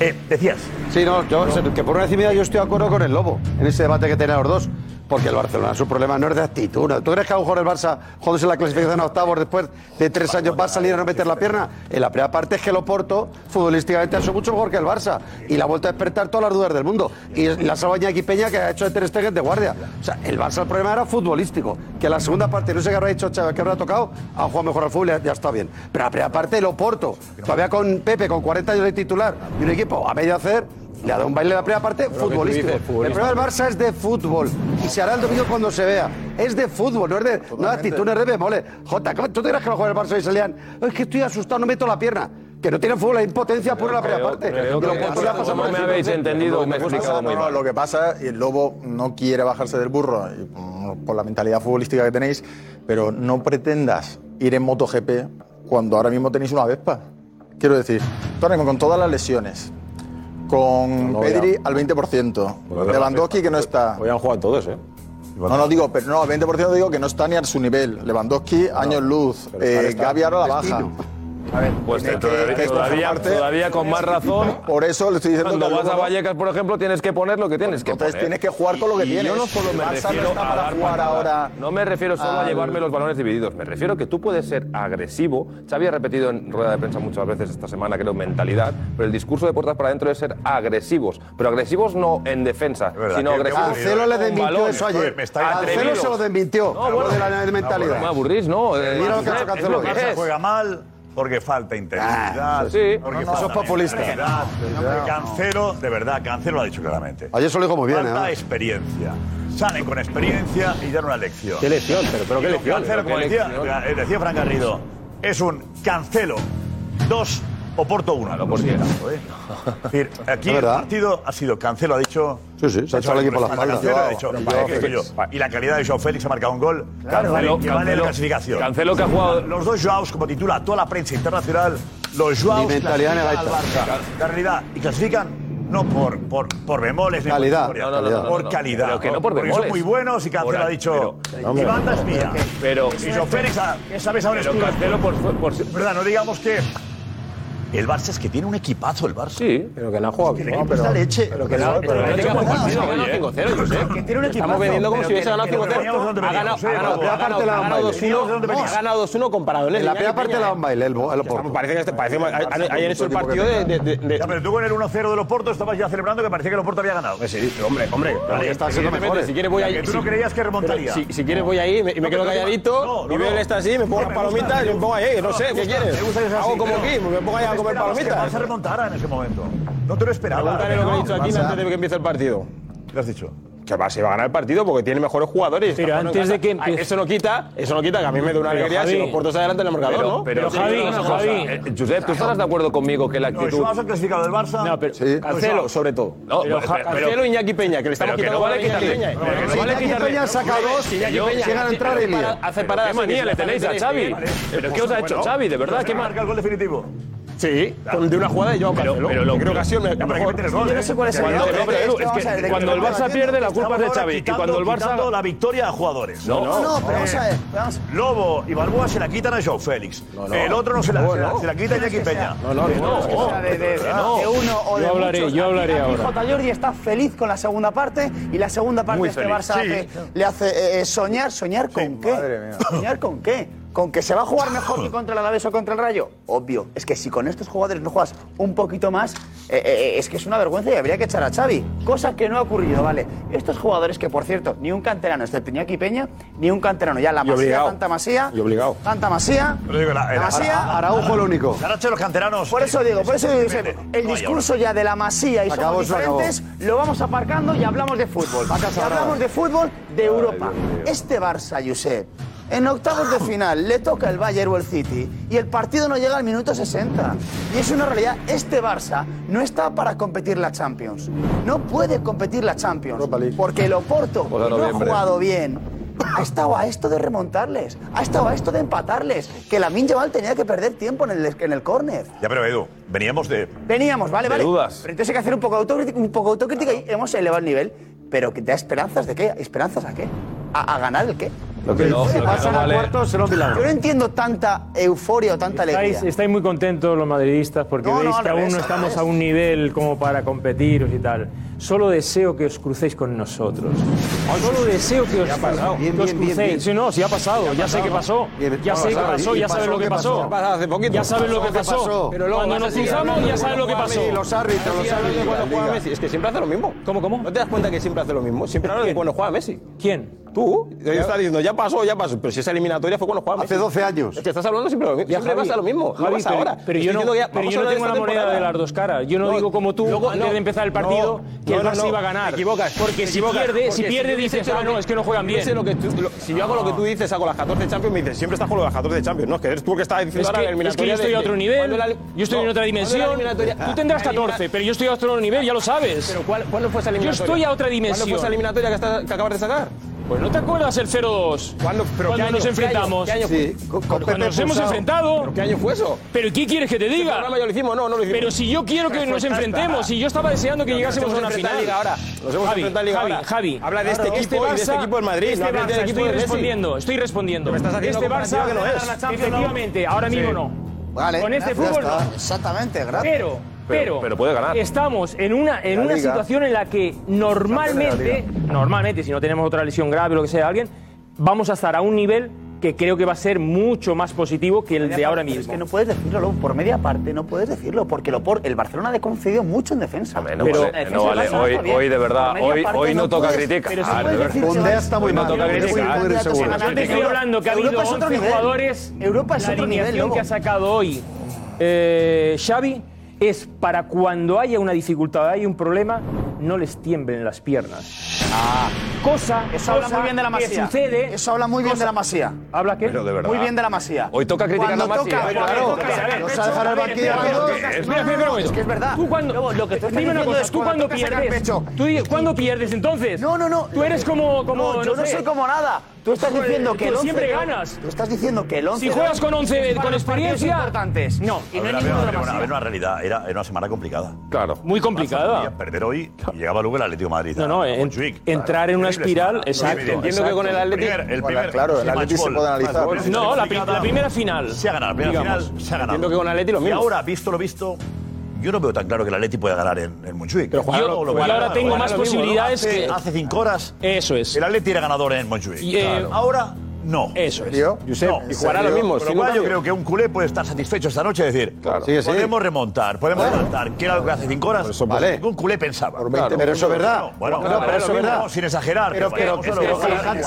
Speaker 5: Eh, decías.
Speaker 16: Sí, no, yo, que por una decimidad yo estoy de acuerdo con el Lobo en ese debate que tenían los dos. Porque el Barcelona, su problema no es de actitud. ¿no? ¿Tú crees que a lo mejor el Barça, joderse la clasificación a octavos después de tres años, va a salir a no meter la pierna? En la primera parte es que el Oporto, futbolísticamente, ha sido mucho mejor que el Barça. Y la vuelta a despertar todas las dudas del mundo. Y la salva Iñaki Peña que ha hecho de Ter Stegen de guardia. O sea, el Barça el problema era futbolístico. Que en la segunda parte, no sé qué habrá hecho Chávez, que habrá tocado, ha jugado mejor al fútbol y ya- ya está bien. Pero la primera parte, el Oporto, todavía con Pepe, con 40 años de titular, y un equipo a medio hacer, le ha dado un baile en la primera parte
Speaker 19: tú
Speaker 16: futbolístico.
Speaker 19: dices,
Speaker 16: el
Speaker 19: futbolístico.
Speaker 16: problema del Barça es de fútbol. Y se hará el domingo cuando se vea. Es de fútbol, no es de, no de actitud, no es de bemole. Jota, ¿cómo- ¿tú te crees que los jugadores del Barça hoy salían? "Oh, Es que estoy asustado, no meto la pierna. Que no tienen fútbol, la impotencia pura en la primera parte.
Speaker 12: creo
Speaker 16: Y lo
Speaker 12: que-
Speaker 16: oportuno ha pasado
Speaker 12: ¿Cómo
Speaker 16: por
Speaker 12: me
Speaker 16: encima.
Speaker 12: habéis entendido?
Speaker 20: Lo
Speaker 12: Me he
Speaker 20: que pasa-
Speaker 12: explicado muy
Speaker 20: no,
Speaker 12: mal.
Speaker 20: Lo que pasa, el Lobo no quiere bajarse del burro y, mm, por la mentalidad futbolística que tenéis, pero no pretendas ir en MotoGP cuando ahora mismo tenéis una Vespa. Quiero decir, tú ahora mismo con todas las lesiones, con
Speaker 19: No,
Speaker 20: Pedri
Speaker 19: ya.
Speaker 20: al 20%,
Speaker 19: Bueno,
Speaker 20: Lewandowski que no está.
Speaker 19: Hoy han jugado todos, ¿eh?
Speaker 20: No, no digo, pero no, al 20% digo que no está ni a su nivel. Lewandowski, años luz,
Speaker 19: pero está-
Speaker 20: eh,
Speaker 19: está
Speaker 20: Gavi ahora a la
Speaker 19: destino.
Speaker 20: baja.
Speaker 12: A ver, pues
Speaker 20: Tienes
Speaker 12: todavía,
Speaker 20: que- que
Speaker 12: todavía,
Speaker 20: conformarte.
Speaker 12: todavía con más razón.
Speaker 20: Por eso le estoy diciendo
Speaker 12: Cuando
Speaker 20: que el
Speaker 12: vas a
Speaker 20: Lobo-
Speaker 12: Vallecas, por ejemplo, tienes que poner lo que tienes que
Speaker 20: Entonces
Speaker 12: poner.
Speaker 20: tienes que jugar con lo que
Speaker 12: Y
Speaker 20: tienes.
Speaker 12: Yo no solo me
Speaker 20: El Barça no
Speaker 12: refiero
Speaker 20: está
Speaker 12: a
Speaker 20: para
Speaker 12: dar
Speaker 20: jugar
Speaker 12: patadas.
Speaker 20: ahora
Speaker 12: No me refiero solo a
Speaker 20: al-
Speaker 12: llevarme los balones divididos. Me refiero que tú puedes ser agresivo. Xavi ha repetido en rueda de prensa muchas veces esta semana, creo, mentalidad. Pero el discurso de puertas para adentro es ser agresivos. Pero agresivos no en defensa,
Speaker 5: verdad,
Speaker 12: sino
Speaker 5: qué- qué
Speaker 12: agresivos.
Speaker 20: Ah,
Speaker 5: aburrido. Marcelo le
Speaker 12: con
Speaker 5: desmintió
Speaker 12: balones.
Speaker 5: eso ayer. Me está-
Speaker 12: Atrevidos.
Speaker 5: Marcelo se lo
Speaker 16: desmintió.
Speaker 12: No, bueno,
Speaker 16: de la mentalidad.
Speaker 12: No me aburrís, no. eh,
Speaker 16: Mira lo que ha hecho
Speaker 12: es
Speaker 16: Cancelo
Speaker 12: lo
Speaker 16: hoy.
Speaker 12: que
Speaker 5: Se
Speaker 12: es.
Speaker 5: juega mal porque falta
Speaker 16: Ah,
Speaker 5: intensidad.
Speaker 12: sí.
Speaker 5: Porque
Speaker 12: No, no,
Speaker 5: falta
Speaker 12: sos populista.
Speaker 5: mentalidad. Cancelo, de verdad, Cancelo lo ha dicho claramente.
Speaker 16: Ayer se lo dijo muy bien,
Speaker 5: Falta
Speaker 16: ¿eh?
Speaker 5: experiencia. Salen con experiencia y dan una lección.
Speaker 16: Qué lección, pero- pero qué
Speaker 5: Y con
Speaker 16: lección,
Speaker 5: Cancelo,
Speaker 16: pero qué
Speaker 5: como decía,
Speaker 16: lección.
Speaker 5: eh, decía Fran Garrido, es un Cancelo 2, Oporto 1. Lo por cierto, ¿eh? [LAUGHS] Es decir,
Speaker 20: Es
Speaker 5: aquí el
Speaker 20: verdad.
Speaker 5: partido ha sido Cancelo, ha dicho.
Speaker 20: Sí, sí, se ha echado el equipo a la
Speaker 5: Cancelo,
Speaker 20: espalda.
Speaker 5: ha dicho,
Speaker 20: Yo-
Speaker 5: "Vale,
Speaker 20: yo-
Speaker 5: que soy yo". Y la calidad de Joao Félix ha marcado un gol.
Speaker 12: Claro,
Speaker 5: Cancelo,
Speaker 12: Cancelo-
Speaker 5: que vale la
Speaker 12: Cancelo-
Speaker 5: clasificación.
Speaker 12: Cancelo que ha jugado-
Speaker 5: Los dos Joaos, como titula toda la prensa internacional, los Joaos.
Speaker 16: Ni mentalidad ni
Speaker 5: clasifican
Speaker 16: gaita.
Speaker 5: al Barça. La realidad. Y clasifican no por, por, por bemoles, ni por
Speaker 16: Calidad,
Speaker 5: historias,
Speaker 16: no, no, no, no,
Speaker 5: por
Speaker 16: no, no.
Speaker 5: calidad.
Speaker 16: Pero que no por
Speaker 5: Porque son
Speaker 16: bemoles.
Speaker 5: muy buenos y Cancelo
Speaker 16: Por-
Speaker 5: ha dicho.
Speaker 16: pero-
Speaker 5: Mi banda es mía.
Speaker 12: Pero.
Speaker 5: Y Joao Félix, ah, ¿sabes ahora es
Speaker 12: [LAUGHS] Pero
Speaker 5: tuyo.
Speaker 12: Cancelo, por, por,
Speaker 5: ¿Verdad? No digamos que. El Barça es que tiene un equipazo, el Barça.
Speaker 12: Sí,
Speaker 19: pero que no ha jugado.
Speaker 5: Es que el
Speaker 19: no,
Speaker 5: equipo
Speaker 19: pero-
Speaker 5: está leche.
Speaker 19: pero que no- pero que no ha jugado partido, oye.
Speaker 5: eh. Que tiene un equipazo.
Speaker 19: Estamos vendiendo como
Speaker 5: Pero
Speaker 19: si hubiese
Speaker 5: que-
Speaker 19: ganado
Speaker 5: que lo
Speaker 19: 5-0.
Speaker 5: veníamos donde
Speaker 19: Ha ganado-
Speaker 5: veníamos,
Speaker 19: ha
Speaker 5: eh,
Speaker 19: ganado-
Speaker 5: por favor.
Speaker 19: ha ganado-
Speaker 5: Veníamos
Speaker 19: ha ganado
Speaker 5: donde
Speaker 19: 2-1,
Speaker 5: veníamos.
Speaker 19: ha ganado 2-1 comparado.
Speaker 16: En la primera parte le daban baile, el, bo- el Oporto.
Speaker 19: Parece que este- parece que han- han- hayan hecho el partido de. de- de- de-
Speaker 5: Ya, pero tú con el 1-0 de Loporto estabas ya celebrando que parecía que Loporto había ganado.
Speaker 19: Sí, hombre, hombre.
Speaker 5: Vale,
Speaker 19: están
Speaker 5: evidentemente,
Speaker 19: Si quieres voy
Speaker 5: O sea,
Speaker 19: ahí.
Speaker 5: que tú
Speaker 19: si-
Speaker 5: no creías que remontaría.
Speaker 19: pero Si, si quieres voy ahí y me, y me
Speaker 5: No,
Speaker 19: quedo
Speaker 5: pero-
Speaker 19: calladito
Speaker 5: no, no,
Speaker 19: y veo
Speaker 5: no.
Speaker 19: el está así, me pongo
Speaker 5: No,
Speaker 19: las
Speaker 5: me
Speaker 19: palomitas
Speaker 5: gusta,
Speaker 19: y me pongo ahí, no
Speaker 5: me
Speaker 19: sé, ¿qué
Speaker 5: gusta,
Speaker 19: quieres?
Speaker 5: me gusta que seas
Speaker 19: Hago
Speaker 5: así,
Speaker 19: como
Speaker 5: pero
Speaker 19: aquí, me pongo ahí a
Speaker 5: no
Speaker 19: comer
Speaker 5: esperabas que
Speaker 19: palomitas.
Speaker 5: el Barça remontara en ese momento. No te lo esperabas.
Speaker 19: Pregúntale lo que he dicho aquí antes de que empiece el partido.
Speaker 5: ¿Qué has dicho?
Speaker 19: Que va, se va a ganar el partido porque tiene mejores jugadores.
Speaker 8: Pero
Speaker 19: Está jugando
Speaker 8: antes
Speaker 19: en
Speaker 8: de
Speaker 19: casa.
Speaker 8: que
Speaker 19: Ay,
Speaker 8: empiece-
Speaker 19: Eso no quita, eso no quita, que a mí me da una
Speaker 8: Pero,
Speaker 19: alegría si
Speaker 8: Javi.
Speaker 19: los puertos adelante en el marcador,
Speaker 8: Pero-
Speaker 19: ¿no?
Speaker 8: pero Pero, Javi,
Speaker 19: una
Speaker 8: Javi.
Speaker 19: cosa. Eh, Josep, ¿tú estarás de acuerdo conmigo que la
Speaker 5: No,
Speaker 19: actitud.
Speaker 5: Joao se ha clasificado del Barça.
Speaker 19: No, pero Cancelo, sobre todo.
Speaker 5: No,
Speaker 19: Pero
Speaker 5: pero-
Speaker 19: Ja-
Speaker 5: pero-
Speaker 19: Cancelo y Iñaki Peña, que le
Speaker 5: pero
Speaker 19: estamos
Speaker 5: que
Speaker 19: quitando
Speaker 5: no vale
Speaker 19: goles a Iñaki
Speaker 5: quitarle-
Speaker 19: Peña.
Speaker 5: pero que no
Speaker 19: Si
Speaker 5: vale
Speaker 19: Iñaki
Speaker 5: quitarle-
Speaker 19: Peña saca
Speaker 5: Hombre,
Speaker 19: dos,
Speaker 5: si
Speaker 19: Iñaki
Speaker 5: yo-
Speaker 19: Peña
Speaker 5: llegan a
Speaker 19: hace-
Speaker 5: entrar
Speaker 19: hace
Speaker 5: en línea.
Speaker 19: parada- hace
Speaker 5: Pero
Speaker 19: parada,
Speaker 5: qué
Speaker 19: sí,
Speaker 5: manía
Speaker 19: sí,
Speaker 5: le
Speaker 19: sí,
Speaker 5: tenéis
Speaker 19: sí,
Speaker 5: a
Speaker 19: sí,
Speaker 5: Xavi.
Speaker 19: sí, sí.
Speaker 5: Vale.
Speaker 19: Pero ¿qué os ha hecho
Speaker 5: Bueno,
Speaker 19: Xavi, de verdad?
Speaker 5: pues
Speaker 19: ¿Qué
Speaker 5: marca
Speaker 19: más?
Speaker 5: el gol definitivo.
Speaker 19: Sí, con de una jugada de Joao
Speaker 5: Pero-
Speaker 19: Cancelo.
Speaker 5: pero lo-
Speaker 19: creo que ha sido
Speaker 5: pero-
Speaker 19: la
Speaker 5: pero hay que
Speaker 19: mejor.
Speaker 5: meter gol,
Speaker 19: Yo no
Speaker 5: ¿eh?
Speaker 19: sé cuál es el
Speaker 5: Cuando-
Speaker 19: gol.
Speaker 5: no, pero, Edu, es que cuando el Barça pierde, la culpa
Speaker 19: Estamos
Speaker 5: es de
Speaker 19: ahora
Speaker 5: Xavi. Y
Speaker 19: quitando-
Speaker 5: cuando el Barça-
Speaker 19: quitando
Speaker 5: la victoria a jugadores.
Speaker 19: No, no,
Speaker 5: no,
Speaker 19: pero vamos a ver,
Speaker 5: Lobo y Balboa se la quitan a Joe Félix.
Speaker 19: no.
Speaker 5: El otro no se la,
Speaker 19: No,
Speaker 5: se la-
Speaker 19: no.
Speaker 5: se la quita a
Speaker 19: No es que
Speaker 5: Jackie Peña.
Speaker 19: sea- Eh, no, no,
Speaker 5: Que
Speaker 19: no, es que sea
Speaker 21: de, de- de-
Speaker 5: no.
Speaker 21: de uno o de
Speaker 5: Yo hablaré,
Speaker 21: muchos.
Speaker 5: yo hablaré
Speaker 21: Aquí- aquí
Speaker 5: ahora.
Speaker 21: Jota Jordi está feliz con la segunda parte y la segunda parte
Speaker 19: Muy
Speaker 21: de este
Speaker 19: feliz,
Speaker 21: Barça
Speaker 19: sí.
Speaker 21: hace- le hace eh, eh, soñar, soñar con qué. ¿Soñar con qué? ¿Con que se va a jugar mejor que contra el Alavés o contra el Rayo? Obvio, es que si con estos jugadores no juegas un poquito más, eh, eh, es que es una vergüenza y habría que echar a Xavi. Cosa que no ha ocurrido, ¿vale? Estos jugadores que, por cierto, ni un canterano, excepto Iñaki Peña, ni un canterano. Ya la
Speaker 19: Y
Speaker 21: Masía,
Speaker 19: obligado.
Speaker 21: tanta Masía,
Speaker 19: Y obligado.
Speaker 21: tanta Masía,
Speaker 5: Pero digo, la-
Speaker 21: la
Speaker 5: la-
Speaker 21: Masía,
Speaker 16: Araujo lo único.
Speaker 5: La noche de los canteranos.
Speaker 21: por eso digo, por eso digo, Josep, Pues, eh, el
Speaker 5: Vaya,
Speaker 21: discurso ya de la masía y
Speaker 5: Se acabó,
Speaker 21: somos
Speaker 5: se acabó.
Speaker 21: diferentes lo vamos aparcando y hablamos de fútbol. Y hablamos de fútbol de Europa. Este Barça, Josep, en octavos de final le toca el Bayern o el City y el partido no llega al minuto 60. Y es una realidad, este Barça no está para competir la Champions. No puede competir la Champions. Porque el Oporto
Speaker 19: Hola,
Speaker 21: que no ha
Speaker 19: noviembre.
Speaker 21: jugado bien. Ha estado a esto de remontarles, ha estado a esto de empatarles, que la Minjamal tenía que perder tiempo en el, en el córner.
Speaker 5: Ya, pero Edu, veníamos de.
Speaker 21: Veníamos, vale,
Speaker 5: De
Speaker 21: vale.
Speaker 5: dudas.
Speaker 21: Pero entonces hay que hacer un poco de autocrítica, un poco de autocrítica y hemos elevado el nivel. Pero que te da esperanzas de qué? ¿Esperanzas a qué? ¿A, a ganar el qué?
Speaker 19: Lo que no-
Speaker 21: Si
Speaker 19: lo que
Speaker 21: pasan
Speaker 19: no
Speaker 21: a
Speaker 19: vale-
Speaker 21: cuartos, será un milagro. Yo no entiendo tanta euforia o tanta
Speaker 7: Estáis,
Speaker 21: alegría.
Speaker 7: estáis muy contentos los madridistas porque
Speaker 21: No, no,
Speaker 7: veis
Speaker 21: al
Speaker 7: que aún
Speaker 21: revés,
Speaker 7: no
Speaker 21: al
Speaker 7: estamos
Speaker 21: revés.
Speaker 7: a un nivel como para competiros y tal. Solo deseo que os crucéis con nosotros. Solo deseo que os,
Speaker 19: Ya ha pasado.
Speaker 7: que
Speaker 19: Bien,
Speaker 7: os
Speaker 19: bien, bien,
Speaker 7: crucéis.
Speaker 19: bien.
Speaker 7: Sí, no, sí ha pasado.
Speaker 19: Ya ha
Speaker 7: Ya, sé
Speaker 19: pasado,
Speaker 7: qué
Speaker 19: ¿no?
Speaker 7: pasó.
Speaker 19: Bien,
Speaker 7: Ya
Speaker 19: no,
Speaker 7: sé qué
Speaker 19: pasó,
Speaker 7: pasó.
Speaker 19: y
Speaker 7: Ya
Speaker 19: pasó,
Speaker 7: sabes lo que
Speaker 19: ¿qué
Speaker 7: pasó.
Speaker 19: pasó? Ha pasado hace poquito.
Speaker 7: Ya sabes lo
Speaker 19: Pasó,
Speaker 7: que
Speaker 19: ¿qué
Speaker 7: pasó.
Speaker 19: pasó? Pero luego
Speaker 7: Cuando
Speaker 19: vas a
Speaker 7: nos
Speaker 19: seguir
Speaker 7: cruzamos,
Speaker 19: hablando
Speaker 7: ya
Speaker 19: de
Speaker 7: sabes lo que
Speaker 19: cuando
Speaker 7: pasó.
Speaker 19: juega Messi, los árbitros, los
Speaker 7: Sigues hablando
Speaker 19: árbitros,
Speaker 7: de cuando
Speaker 19: la liga.
Speaker 7: juega Messi. Es que siempre hace lo mismo. ¿Cómo, cómo?
Speaker 19: ¿No te das cuenta que siempre hace lo mismo? Siempre hablan de cuando juega Messi.
Speaker 7: ¿Quién?
Speaker 19: Tú. Yo estaba diciendo, ya pasó, ya pasó. Pero si esa eliminatoria fue cuando jugaba
Speaker 7: Hace
Speaker 19: Messi.
Speaker 7: 12 años.
Speaker 19: Te estás hablando siempre de lo mismo. Siempre
Speaker 7: Javi,
Speaker 19: pasa lo mismo.
Speaker 7: Javi,
Speaker 19: no pasa
Speaker 7: pero,
Speaker 19: ahora.
Speaker 7: pero
Speaker 19: Estoy
Speaker 7: yo no,
Speaker 19: diciendo que ya-
Speaker 7: pero
Speaker 19: vamos
Speaker 7: yo
Speaker 19: a
Speaker 7: no
Speaker 19: hablar
Speaker 7: tengo
Speaker 19: de
Speaker 7: la
Speaker 19: esta
Speaker 7: moneda de
Speaker 19: temporada.
Speaker 7: las dos caras. Yo no, digo como tú,
Speaker 19: luego-
Speaker 7: antes
Speaker 19: no,
Speaker 7: de empezar el
Speaker 19: no,
Speaker 7: partido, que el
Speaker 19: no,
Speaker 7: Barça
Speaker 19: no,
Speaker 7: iba a ganar.
Speaker 19: Te equivocas.
Speaker 7: Porque
Speaker 19: te
Speaker 7: si
Speaker 19: equivocas,
Speaker 7: pierde, si
Speaker 19: porque
Speaker 7: pierde
Speaker 19: yo hubiese
Speaker 7: dices,
Speaker 19: hecho
Speaker 7: ah,
Speaker 19: lo
Speaker 7: no, es que no juegan bien.
Speaker 19: hubiese lo que tú- lo- si yo hago lo que tú dices, hago las 14 Champions, me dices, siempre estás con lo de las 14 Champions. No, es que eres tú el que estás diciendo
Speaker 7: Es
Speaker 19: ahora la
Speaker 7: que, es que
Speaker 19: eliminatoria
Speaker 7: yo estoy
Speaker 19: de-
Speaker 7: a otro
Speaker 19: de-
Speaker 7: nivel,
Speaker 19: ¿cuándo la-
Speaker 7: yo estoy en
Speaker 19: no,
Speaker 7: otra
Speaker 19: ¿cuándo la
Speaker 7: dimensión.
Speaker 19: eliminatoria-
Speaker 7: Tú tendrás
Speaker 19: la elimina-
Speaker 7: 14, pero yo estoy a otro nivel, ya lo sabes.
Speaker 19: Pero ¿cuál, ¿cuándo fue esa
Speaker 7: Yo
Speaker 19: eliminatoria?
Speaker 7: estoy a
Speaker 19: ¿Cuándo
Speaker 7: otra
Speaker 19: fue
Speaker 7: dimensión.
Speaker 19: esa eliminatoria que, está- que acabas de sacar?
Speaker 7: Pues no te acuerdas el 0-2.
Speaker 19: ¿Cuándo, pero
Speaker 7: Cuando
Speaker 19: qué año,
Speaker 7: nos
Speaker 19: qué año,
Speaker 7: enfrentamos.
Speaker 19: ¿Qué año fue?
Speaker 7: Sí, con- con Cuando Pepe nos hemos expulsado. enfrentado.
Speaker 19: ¿Pero qué año fue eso?
Speaker 7: Pero ¿qué quieres que te
Speaker 19: Este
Speaker 7: diga?
Speaker 19: programa ya lo hicimos, no, no lo hicimos.
Speaker 7: Pero si yo quiero que
Speaker 19: Pero
Speaker 7: nos
Speaker 19: ya está.
Speaker 7: enfrentemos, si yo estaba deseando que
Speaker 19: Pero nos
Speaker 7: llegásemos
Speaker 19: hemos
Speaker 7: a una
Speaker 19: enfrentado
Speaker 7: final.
Speaker 19: en Liga ahora. Nos hemos
Speaker 7: Javi,
Speaker 19: enfrentado en Liga
Speaker 7: Javi,
Speaker 19: ahora.
Speaker 7: Javi.
Speaker 19: Habla de este
Speaker 7: Claro.
Speaker 19: equipo y de este equipo del Madrid, no
Speaker 7: Este
Speaker 19: hables del
Speaker 7: Barça,
Speaker 19: equipo de
Speaker 7: estoy
Speaker 19: Messi.
Speaker 7: respondiendo, estoy respondiendo.
Speaker 19: Me estás haciendo
Speaker 7: este
Speaker 19: comparativa
Speaker 7: Barça,
Speaker 19: que no es.
Speaker 7: ganar la Champions, efectivamente, ahora
Speaker 19: Sí.
Speaker 7: mismo no.
Speaker 21: Vale,
Speaker 7: Con este
Speaker 21: ya
Speaker 7: fútbol
Speaker 21: está.
Speaker 7: no.
Speaker 21: Exactamente, gracias.
Speaker 7: Pero, pero,
Speaker 19: pero puede ganar.
Speaker 7: Estamos en una, en
Speaker 19: La
Speaker 7: una
Speaker 19: Liga.
Speaker 7: situación en la que normalmente,
Speaker 19: Campeón de
Speaker 7: normalmente, si no tenemos otra lesión grave o lo que sea de alguien, vamos a estar a un nivel que creo que va a ser mucho más positivo que el de ahora
Speaker 21: Pero Es
Speaker 7: mismo.
Speaker 21: que no puedes decirlo, Lobo, por media parte no puedes decirlo, porque lo por, el Barcelona le ha concedido mucho en defensa.
Speaker 19: no
Speaker 21: Pero-
Speaker 19: vale,
Speaker 21: la defensa
Speaker 19: no
Speaker 21: del
Speaker 19: vale.
Speaker 21: Barça no
Speaker 19: Hoy-
Speaker 21: está bien.
Speaker 19: hoy de verdad,
Speaker 21: Por media
Speaker 19: hoy-
Speaker 21: parte
Speaker 19: hoy no toca
Speaker 21: puedes-
Speaker 19: criticar,
Speaker 21: pero sí
Speaker 19: de
Speaker 21: puedes
Speaker 19: verdad.
Speaker 21: decir,
Speaker 19: Fundé
Speaker 21: chavales,
Speaker 19: hasta muy
Speaker 21: hoy
Speaker 19: mal.
Speaker 21: toca
Speaker 19: Hoy no
Speaker 21: criticar.
Speaker 19: puede
Speaker 21: Candidatos
Speaker 19: seguro.
Speaker 21: a ganar.
Speaker 19: Yo te
Speaker 7: Estoy hablando que ha habido
Speaker 21: Europa es
Speaker 7: 11
Speaker 21: otro nivel.
Speaker 7: jugadores.
Speaker 21: Europa es
Speaker 7: la
Speaker 21: otro
Speaker 7: alineación
Speaker 21: nivel, Lobo.
Speaker 7: que ha sacado hoy eh, Xavi es para cuando haya una dificultad, hay un problema, no les tiemblen las piernas.
Speaker 19: Ah.
Speaker 7: cosa,
Speaker 21: Eso habla
Speaker 7: cosa
Speaker 21: muy bien de la
Speaker 7: que
Speaker 21: Masía.
Speaker 7: sucede.
Speaker 21: Eso habla muy bien de la Masía.
Speaker 7: ¿Habla qué?
Speaker 19: Pero de verdad.
Speaker 21: Muy bien de la Masía.
Speaker 19: Hoy toca criticar
Speaker 21: Cuando
Speaker 19: a la Masía.
Speaker 21: toca-
Speaker 19: Pero
Speaker 21: cuando
Speaker 19: claro,
Speaker 21: toca-
Speaker 19: pero a ver,
Speaker 21: ¿Los ha dejado el banquillo a todos?
Speaker 7: Espera, espera, espera un momento.
Speaker 21: Es que es verdad.
Speaker 7: Tú cuando,
Speaker 21: lo que tú estás
Speaker 7: dime una
Speaker 21: diciendo
Speaker 7: cosa,
Speaker 21: es
Speaker 7: tú
Speaker 21: cuando
Speaker 7: cuando
Speaker 21: toca sacar
Speaker 7: pierdes,
Speaker 21: pecho.
Speaker 7: tú di- ¿cuándo pierdes entonces? No,
Speaker 21: no, no.
Speaker 7: Tú eres como, como
Speaker 21: No, yo no
Speaker 7: sé.
Speaker 21: soy como nada. Tú estás
Speaker 7: Joder,
Speaker 21: diciendo que
Speaker 7: tú
Speaker 21: el once-
Speaker 7: siempre ganas.
Speaker 21: Tú estás diciendo que el 11
Speaker 7: Si juegas con 11
Speaker 21: Para
Speaker 7: con
Speaker 21: los partidos
Speaker 7: experiencia,
Speaker 21: importantes.
Speaker 7: no.
Speaker 21: Y
Speaker 5: A
Speaker 21: no hay
Speaker 5: ver, a ver,
Speaker 21: ninguno de la
Speaker 5: a ver,
Speaker 21: Masía.
Speaker 5: a ver, una realidad. Era, era una semana complicada.
Speaker 19: Claro.
Speaker 7: Muy complicada.
Speaker 5: Perder hoy y llegaba luego el Atlético de Madrid.
Speaker 7: No, no, en- entrar en una
Speaker 5: Horrible
Speaker 7: espiral,
Speaker 5: semana.
Speaker 7: exacto,
Speaker 5: Horrible.
Speaker 7: Entiendo que con el Atlético-
Speaker 5: Primer- el
Speaker 7: Bueno,
Speaker 5: primer-
Speaker 7: claro, el
Speaker 5: match
Speaker 7: Atlético se
Speaker 5: ball.
Speaker 7: puede analizar.
Speaker 5: Match ball.
Speaker 7: No, la pri-
Speaker 5: Complicada.
Speaker 7: la primera final.
Speaker 5: Se ha ganado, la primera
Speaker 7: Digamos.
Speaker 5: final se ha ganado.
Speaker 7: Entiendo que con el Atleti lo mismo.
Speaker 5: Y ahora, visto lo visto, yo no veo tan claro que el Atleti pueda ganar en, en Montjuic. Pero
Speaker 7: Yo- yo ahora tengo más posibilidades
Speaker 5: hace,
Speaker 7: que-
Speaker 5: Hace cinco horas.
Speaker 7: Eso es.
Speaker 5: El Atleti era ganador en Montjuic.
Speaker 7: Y, eh,
Speaker 5: Ahora, no.
Speaker 7: Eso
Speaker 16: Pues,
Speaker 7: es.
Speaker 19: Josep,
Speaker 5: No.
Speaker 19: y jugará lo mismo,
Speaker 5: Con lo
Speaker 19: sin
Speaker 5: cual, yo
Speaker 19: cambio.
Speaker 5: creo que un culé puede estar satisfecho esta noche y decir,
Speaker 16: Sí, sí.
Speaker 5: podemos remontar, podemos levantar, que era lo que hace cinco horas
Speaker 16: vale.
Speaker 5: ningún culé pensaba.
Speaker 16: Claro. Pero eso es verdad.
Speaker 5: No, Bueno,
Speaker 16: No, pero
Speaker 5: vale,
Speaker 16: eso
Speaker 5: lo
Speaker 16: es
Speaker 5: mismo,
Speaker 16: verdad.
Speaker 5: no, Sin exagerar.
Speaker 16: Pero, pero,
Speaker 5: vayamos
Speaker 16: es
Speaker 5: a
Speaker 16: que
Speaker 5: lo-
Speaker 16: los cantos-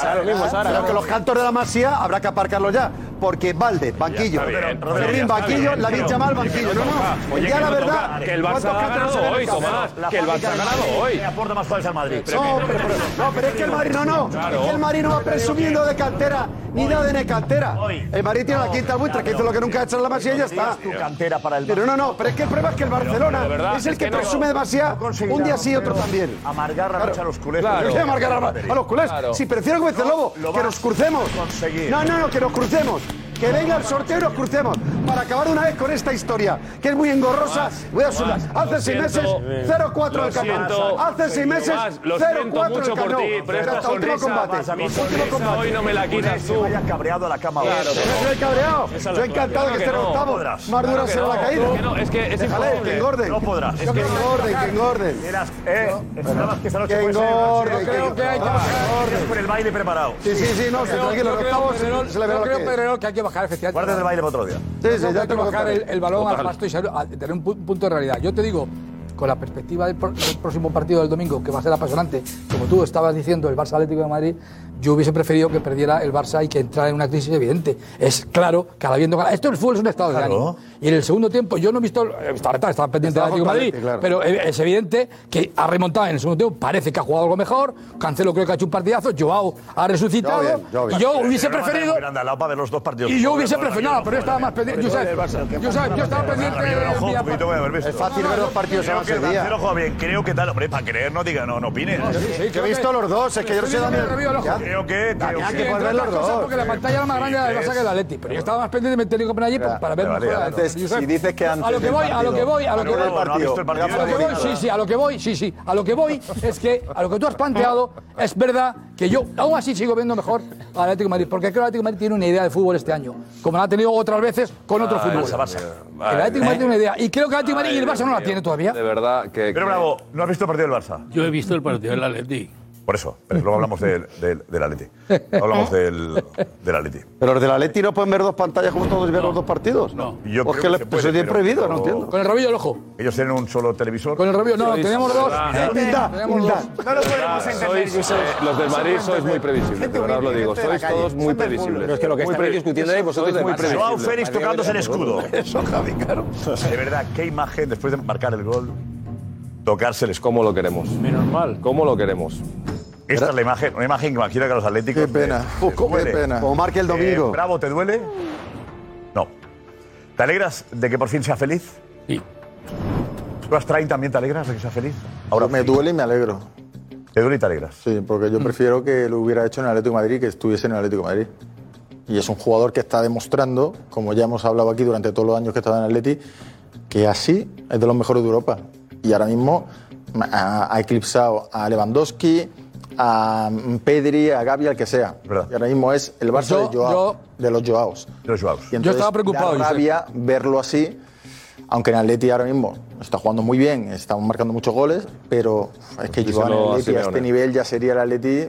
Speaker 16: pero que los cantos de la Masía habrá que aparcarlos ya, porque Valde, banquillo,
Speaker 5: está bien, Rodrigo, ya
Speaker 16: Ferrín,
Speaker 5: está
Speaker 16: banquillo,
Speaker 5: bien,
Speaker 16: Lavín
Speaker 5: pero-
Speaker 16: Chamal, banquillo. No, no,
Speaker 5: Oye,
Speaker 16: ya la
Speaker 5: no toca-
Speaker 16: verdad,
Speaker 5: que el Barça
Speaker 16: ¿cuántos
Speaker 5: ha
Speaker 16: cantos
Speaker 5: ganado
Speaker 16: se ven
Speaker 5: hoy,
Speaker 16: en el campo?
Speaker 5: Tomás.
Speaker 16: La
Speaker 5: Que el
Speaker 16: fábrica
Speaker 5: Barça ha
Speaker 16: de
Speaker 5: ganado
Speaker 16: Madrid.
Speaker 5: hoy. Aporta más goles al Madrid.
Speaker 16: No, pero, no, pero es que el Madrid no, no. Es que el Madrid no va presumiendo de cantera, ni de ADN cantera. El Madrid tiene la quinta buitra, que hizo lo que nunca ha hecho en la Masía y ya está.
Speaker 5: Tu cantera para el
Speaker 16: Pero no, no, pero es que el problema es que el
Speaker 5: pero de
Speaker 16: Barcelona
Speaker 5: verdad,
Speaker 16: es el
Speaker 5: es
Speaker 16: que
Speaker 5: que no-
Speaker 16: presume de Masía un día sí y otro también.
Speaker 5: Amargar la noche a los culés.
Speaker 16: Claro. Yo voy a marcar a, a los culés. Si prefiero que me dice el lobo,
Speaker 5: lo
Speaker 16: que
Speaker 5: vas
Speaker 16: nos crucemos.
Speaker 5: a conseguir.
Speaker 16: No, no, no, que nos crucemos. Que venga el sorteo y nos crucemos. Para acabar una vez con esta historia, que es muy engorrosa, voy a sumar. Hace seis meses, 0-4
Speaker 22: Lo
Speaker 16: el campeón.
Speaker 22: siento.
Speaker 16: Hace seis meses,
Speaker 22: Tomás, lo siento
Speaker 16: 0-4
Speaker 22: mucho
Speaker 16: el
Speaker 22: por
Speaker 16: campeón.
Speaker 22: ti, pero esta
Speaker 16: Hasta último
Speaker 22: sonrisa,
Speaker 16: combate.
Speaker 22: vas a mi
Speaker 16: Último
Speaker 22: sonrisa,
Speaker 16: combate.
Speaker 22: hoy no me la quitas tú.
Speaker 5: Vayas cabreado a la cama.
Speaker 22: Claro,
Speaker 5: ahora.
Speaker 16: Yo no he cabreado. Yo he encantado que esté en octavo. Más dura será la caída. Déjale, que engorde.
Speaker 5: No podrás.
Speaker 16: Yo creo que engorde, que engorde.
Speaker 5: Verás, eh, esperabas que esa noche
Speaker 16: Que
Speaker 5: fuese-
Speaker 16: engorde,
Speaker 5: Yo
Speaker 16: que
Speaker 5: creo que hay que bajar. Tienes por el baile preparado.
Speaker 16: Sí, sí, sí, no,
Speaker 5: Yo
Speaker 16: se
Speaker 5: creo-
Speaker 16: tranquilo,
Speaker 5: yo
Speaker 16: los
Speaker 5: creo,
Speaker 16: octavos
Speaker 5: Pedrerol,
Speaker 16: se le verá
Speaker 5: yo
Speaker 16: lo
Speaker 5: creo,
Speaker 16: que es.
Speaker 23: Pero que hay que bajar, efectivamente.
Speaker 5: Guardas el baile para otro día.
Speaker 23: Yo creo
Speaker 16: sí,
Speaker 23: que
Speaker 16: ya
Speaker 23: hay
Speaker 16: te
Speaker 23: que
Speaker 16: lo
Speaker 23: bajar el,
Speaker 16: contaré.
Speaker 23: el balón al
Speaker 16: Total.
Speaker 23: pasto y saber- a- tener un pu- punto de realidad. Yo te digo, con la perspectiva del, pro- del próximo partido del domingo, que va a ser apasionante, como tú estabas diciendo, el Barça Atlético de Madrid, yo hubiese preferido que perdiera el Barça y que entrara en una crisis evidente. Es claro que al habiendo ganado. Esto el fútbol es un estado de ánimo. Y en el segundo tiempo, yo no he visto. Estaba, estaba pendiente del
Speaker 16: Estaba
Speaker 23: Atlético de Madrid,
Speaker 16: contra el Atleti, claro.
Speaker 23: pero eh, es evidente que ha remontado en el segundo tiempo. Parece que ha jugado algo mejor. Cancelo creo que ha hecho un partidazo. Joao ha resucitado.
Speaker 5: Yo bien, yo bien.
Speaker 23: Y yo
Speaker 5: Pero
Speaker 23: hubiese
Speaker 5: no va a tener
Speaker 23: preferido.
Speaker 5: muy grande al lado para ver los dos partidos.
Speaker 23: Y yo
Speaker 5: Porque
Speaker 23: hubiese
Speaker 5: el Barça
Speaker 23: preferido,
Speaker 5: yo
Speaker 23: nada, pero yo estaba más pendiente. Yo, sabes, yo, sabes, yo estaba pendiente.
Speaker 5: Yo me enojo,
Speaker 23: de mi
Speaker 5: un poquito voy a haber visto.
Speaker 23: Es fácil ver los partidos
Speaker 5: Creo
Speaker 23: a
Speaker 5: que
Speaker 23: base de día.
Speaker 5: Cancelo juega bien, creo que tal. Hombre, para creer no diga, no, no opines.
Speaker 23: sí,
Speaker 16: que he visto los dos, es que yo no sé Daniel.
Speaker 5: Ya. Creo que.
Speaker 23: Tenía
Speaker 5: creo
Speaker 23: que
Speaker 5: que-
Speaker 23: ver los dos. Porque la pantalla era más grande del Barça que del Atleti. Pero yo estaba más pendiente de meter el Copenhague pues, para ver mejor. al
Speaker 20: Entonces,
Speaker 23: Atleti.
Speaker 20: si dices que antes
Speaker 23: A lo que
Speaker 20: del
Speaker 23: voy, a lo que
Speaker 20: partido-
Speaker 23: voy, a lo
Speaker 20: Ah,
Speaker 23: que
Speaker 20: no,
Speaker 23: voy.
Speaker 20: no, no ha visto el partido.
Speaker 23: A lo que voy, sí, sí, a lo que voy, sí, sí. A lo que voy es que, a lo que tú has planteado, es verdad que yo aún así sigo viendo mejor al Atlético de Madrid. Porque creo que el Atlético de Madrid tiene una idea de fútbol este año. Como la ha tenido otras veces con
Speaker 20: Ah,
Speaker 23: otro
Speaker 5: Ay,
Speaker 23: fútbol.
Speaker 5: Barça, Barça.
Speaker 23: El Atlético de Madrid tiene una idea. Y creo que el Atlético de
Speaker 5: Ay,
Speaker 23: Madrid y el
Speaker 5: Dios
Speaker 23: Barça no la
Speaker 5: mío.
Speaker 23: tiene todavía.
Speaker 5: De verdad que. Pero Bravo, ¿no has visto el partido del Barça?
Speaker 10: Yo he visto el partido del Atleti.
Speaker 5: Por eso, pero luego hablamos del, del, del Atleti. Hablamos
Speaker 23: ¿Eh?
Speaker 5: del, del Atleti.
Speaker 16: Pero los de la Leti no pueden ver dos pantallas como todos y ver los dos partidos. No.
Speaker 5: Yo
Speaker 16: Pues
Speaker 5: creo
Speaker 16: que les-
Speaker 5: se
Speaker 16: pues
Speaker 5: puede,
Speaker 16: sería
Speaker 5: pero-
Speaker 16: prohibido, no entiendo.
Speaker 23: Con el rabillo del ojo.
Speaker 5: Ellos tienen un solo televisor. Ah,
Speaker 23: Con el rabillo, no, tenemos dos. Este,
Speaker 16: Humildad, humildad.
Speaker 23: No lo podemos entender,
Speaker 12: Sois, eh, los del Madrid sois muy previsibles, de verdad os lo digo. Sois todos muy previsibles.
Speaker 19: No, es que lo que
Speaker 12: Muy
Speaker 19: estáis
Speaker 12: pre-
Speaker 19: discutiendo ahí vosotros
Speaker 12: sois
Speaker 19: del
Speaker 12: muy
Speaker 19: Barça.
Speaker 12: previsibles.
Speaker 19: Joao Félix
Speaker 5: tocándose el [LAUGHS] escudo. Eso, Javi, claro. De verdad, qué imagen después de marcar el gol. Tocárseles.
Speaker 12: ¿Cómo lo queremos? Menos mal. ¿Cómo lo queremos?
Speaker 5: Esta es la imagen, una imagen que imagino que a los atléticos. Qué pena. Eh,
Speaker 16: qué pena. Como marque el domingo.
Speaker 5: Bravo, ¿te duele? No. ¿Te alegras de que por fin sea feliz? Sí. ¿Tú, Astrain, también te alegras de que sea feliz?
Speaker 20: Ahora me duele y me alegro.
Speaker 5: ¿Te duele y te alegras?
Speaker 20: Sí, porque yo prefiero que lo hubiera hecho en el Atlético de Madrid que estuviese en el Atlético de Madrid. Y es un jugador que está demostrando, como ya hemos hablado aquí durante todos los años que estaba en el Atleti, que así es de los mejores de Europa. Y ahora mismo ha, ha eclipsado a Lewandowski, a Pedri, a Gavi, al que sea. Y ahora mismo es el Barça
Speaker 23: Yo-
Speaker 20: de, Joao,
Speaker 23: yo-
Speaker 20: de los Joaos. Y entonces
Speaker 23: estaba preocupado,
Speaker 20: Da
Speaker 23: Josep.
Speaker 20: rabia verlo así, aunque en Atleti ahora mismo está jugando muy bien, estamos marcando muchos goles, pero es que
Speaker 5: Díselo
Speaker 20: Joao en
Speaker 5: a
Speaker 20: Atleti a
Speaker 5: Simeone.
Speaker 20: este nivel ya sería el Atleti.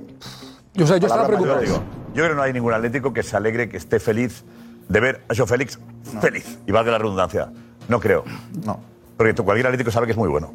Speaker 23: Yo,
Speaker 20: sé, yo estaba preocupado.
Speaker 5: Yo, creo que no hay ningún atlético que se alegre, que esté feliz de ver a Joe Félix feliz. Y valga la redundancia. No creo.
Speaker 20: No.
Speaker 5: Porque tú- cualquier atlético sabe que es muy bueno.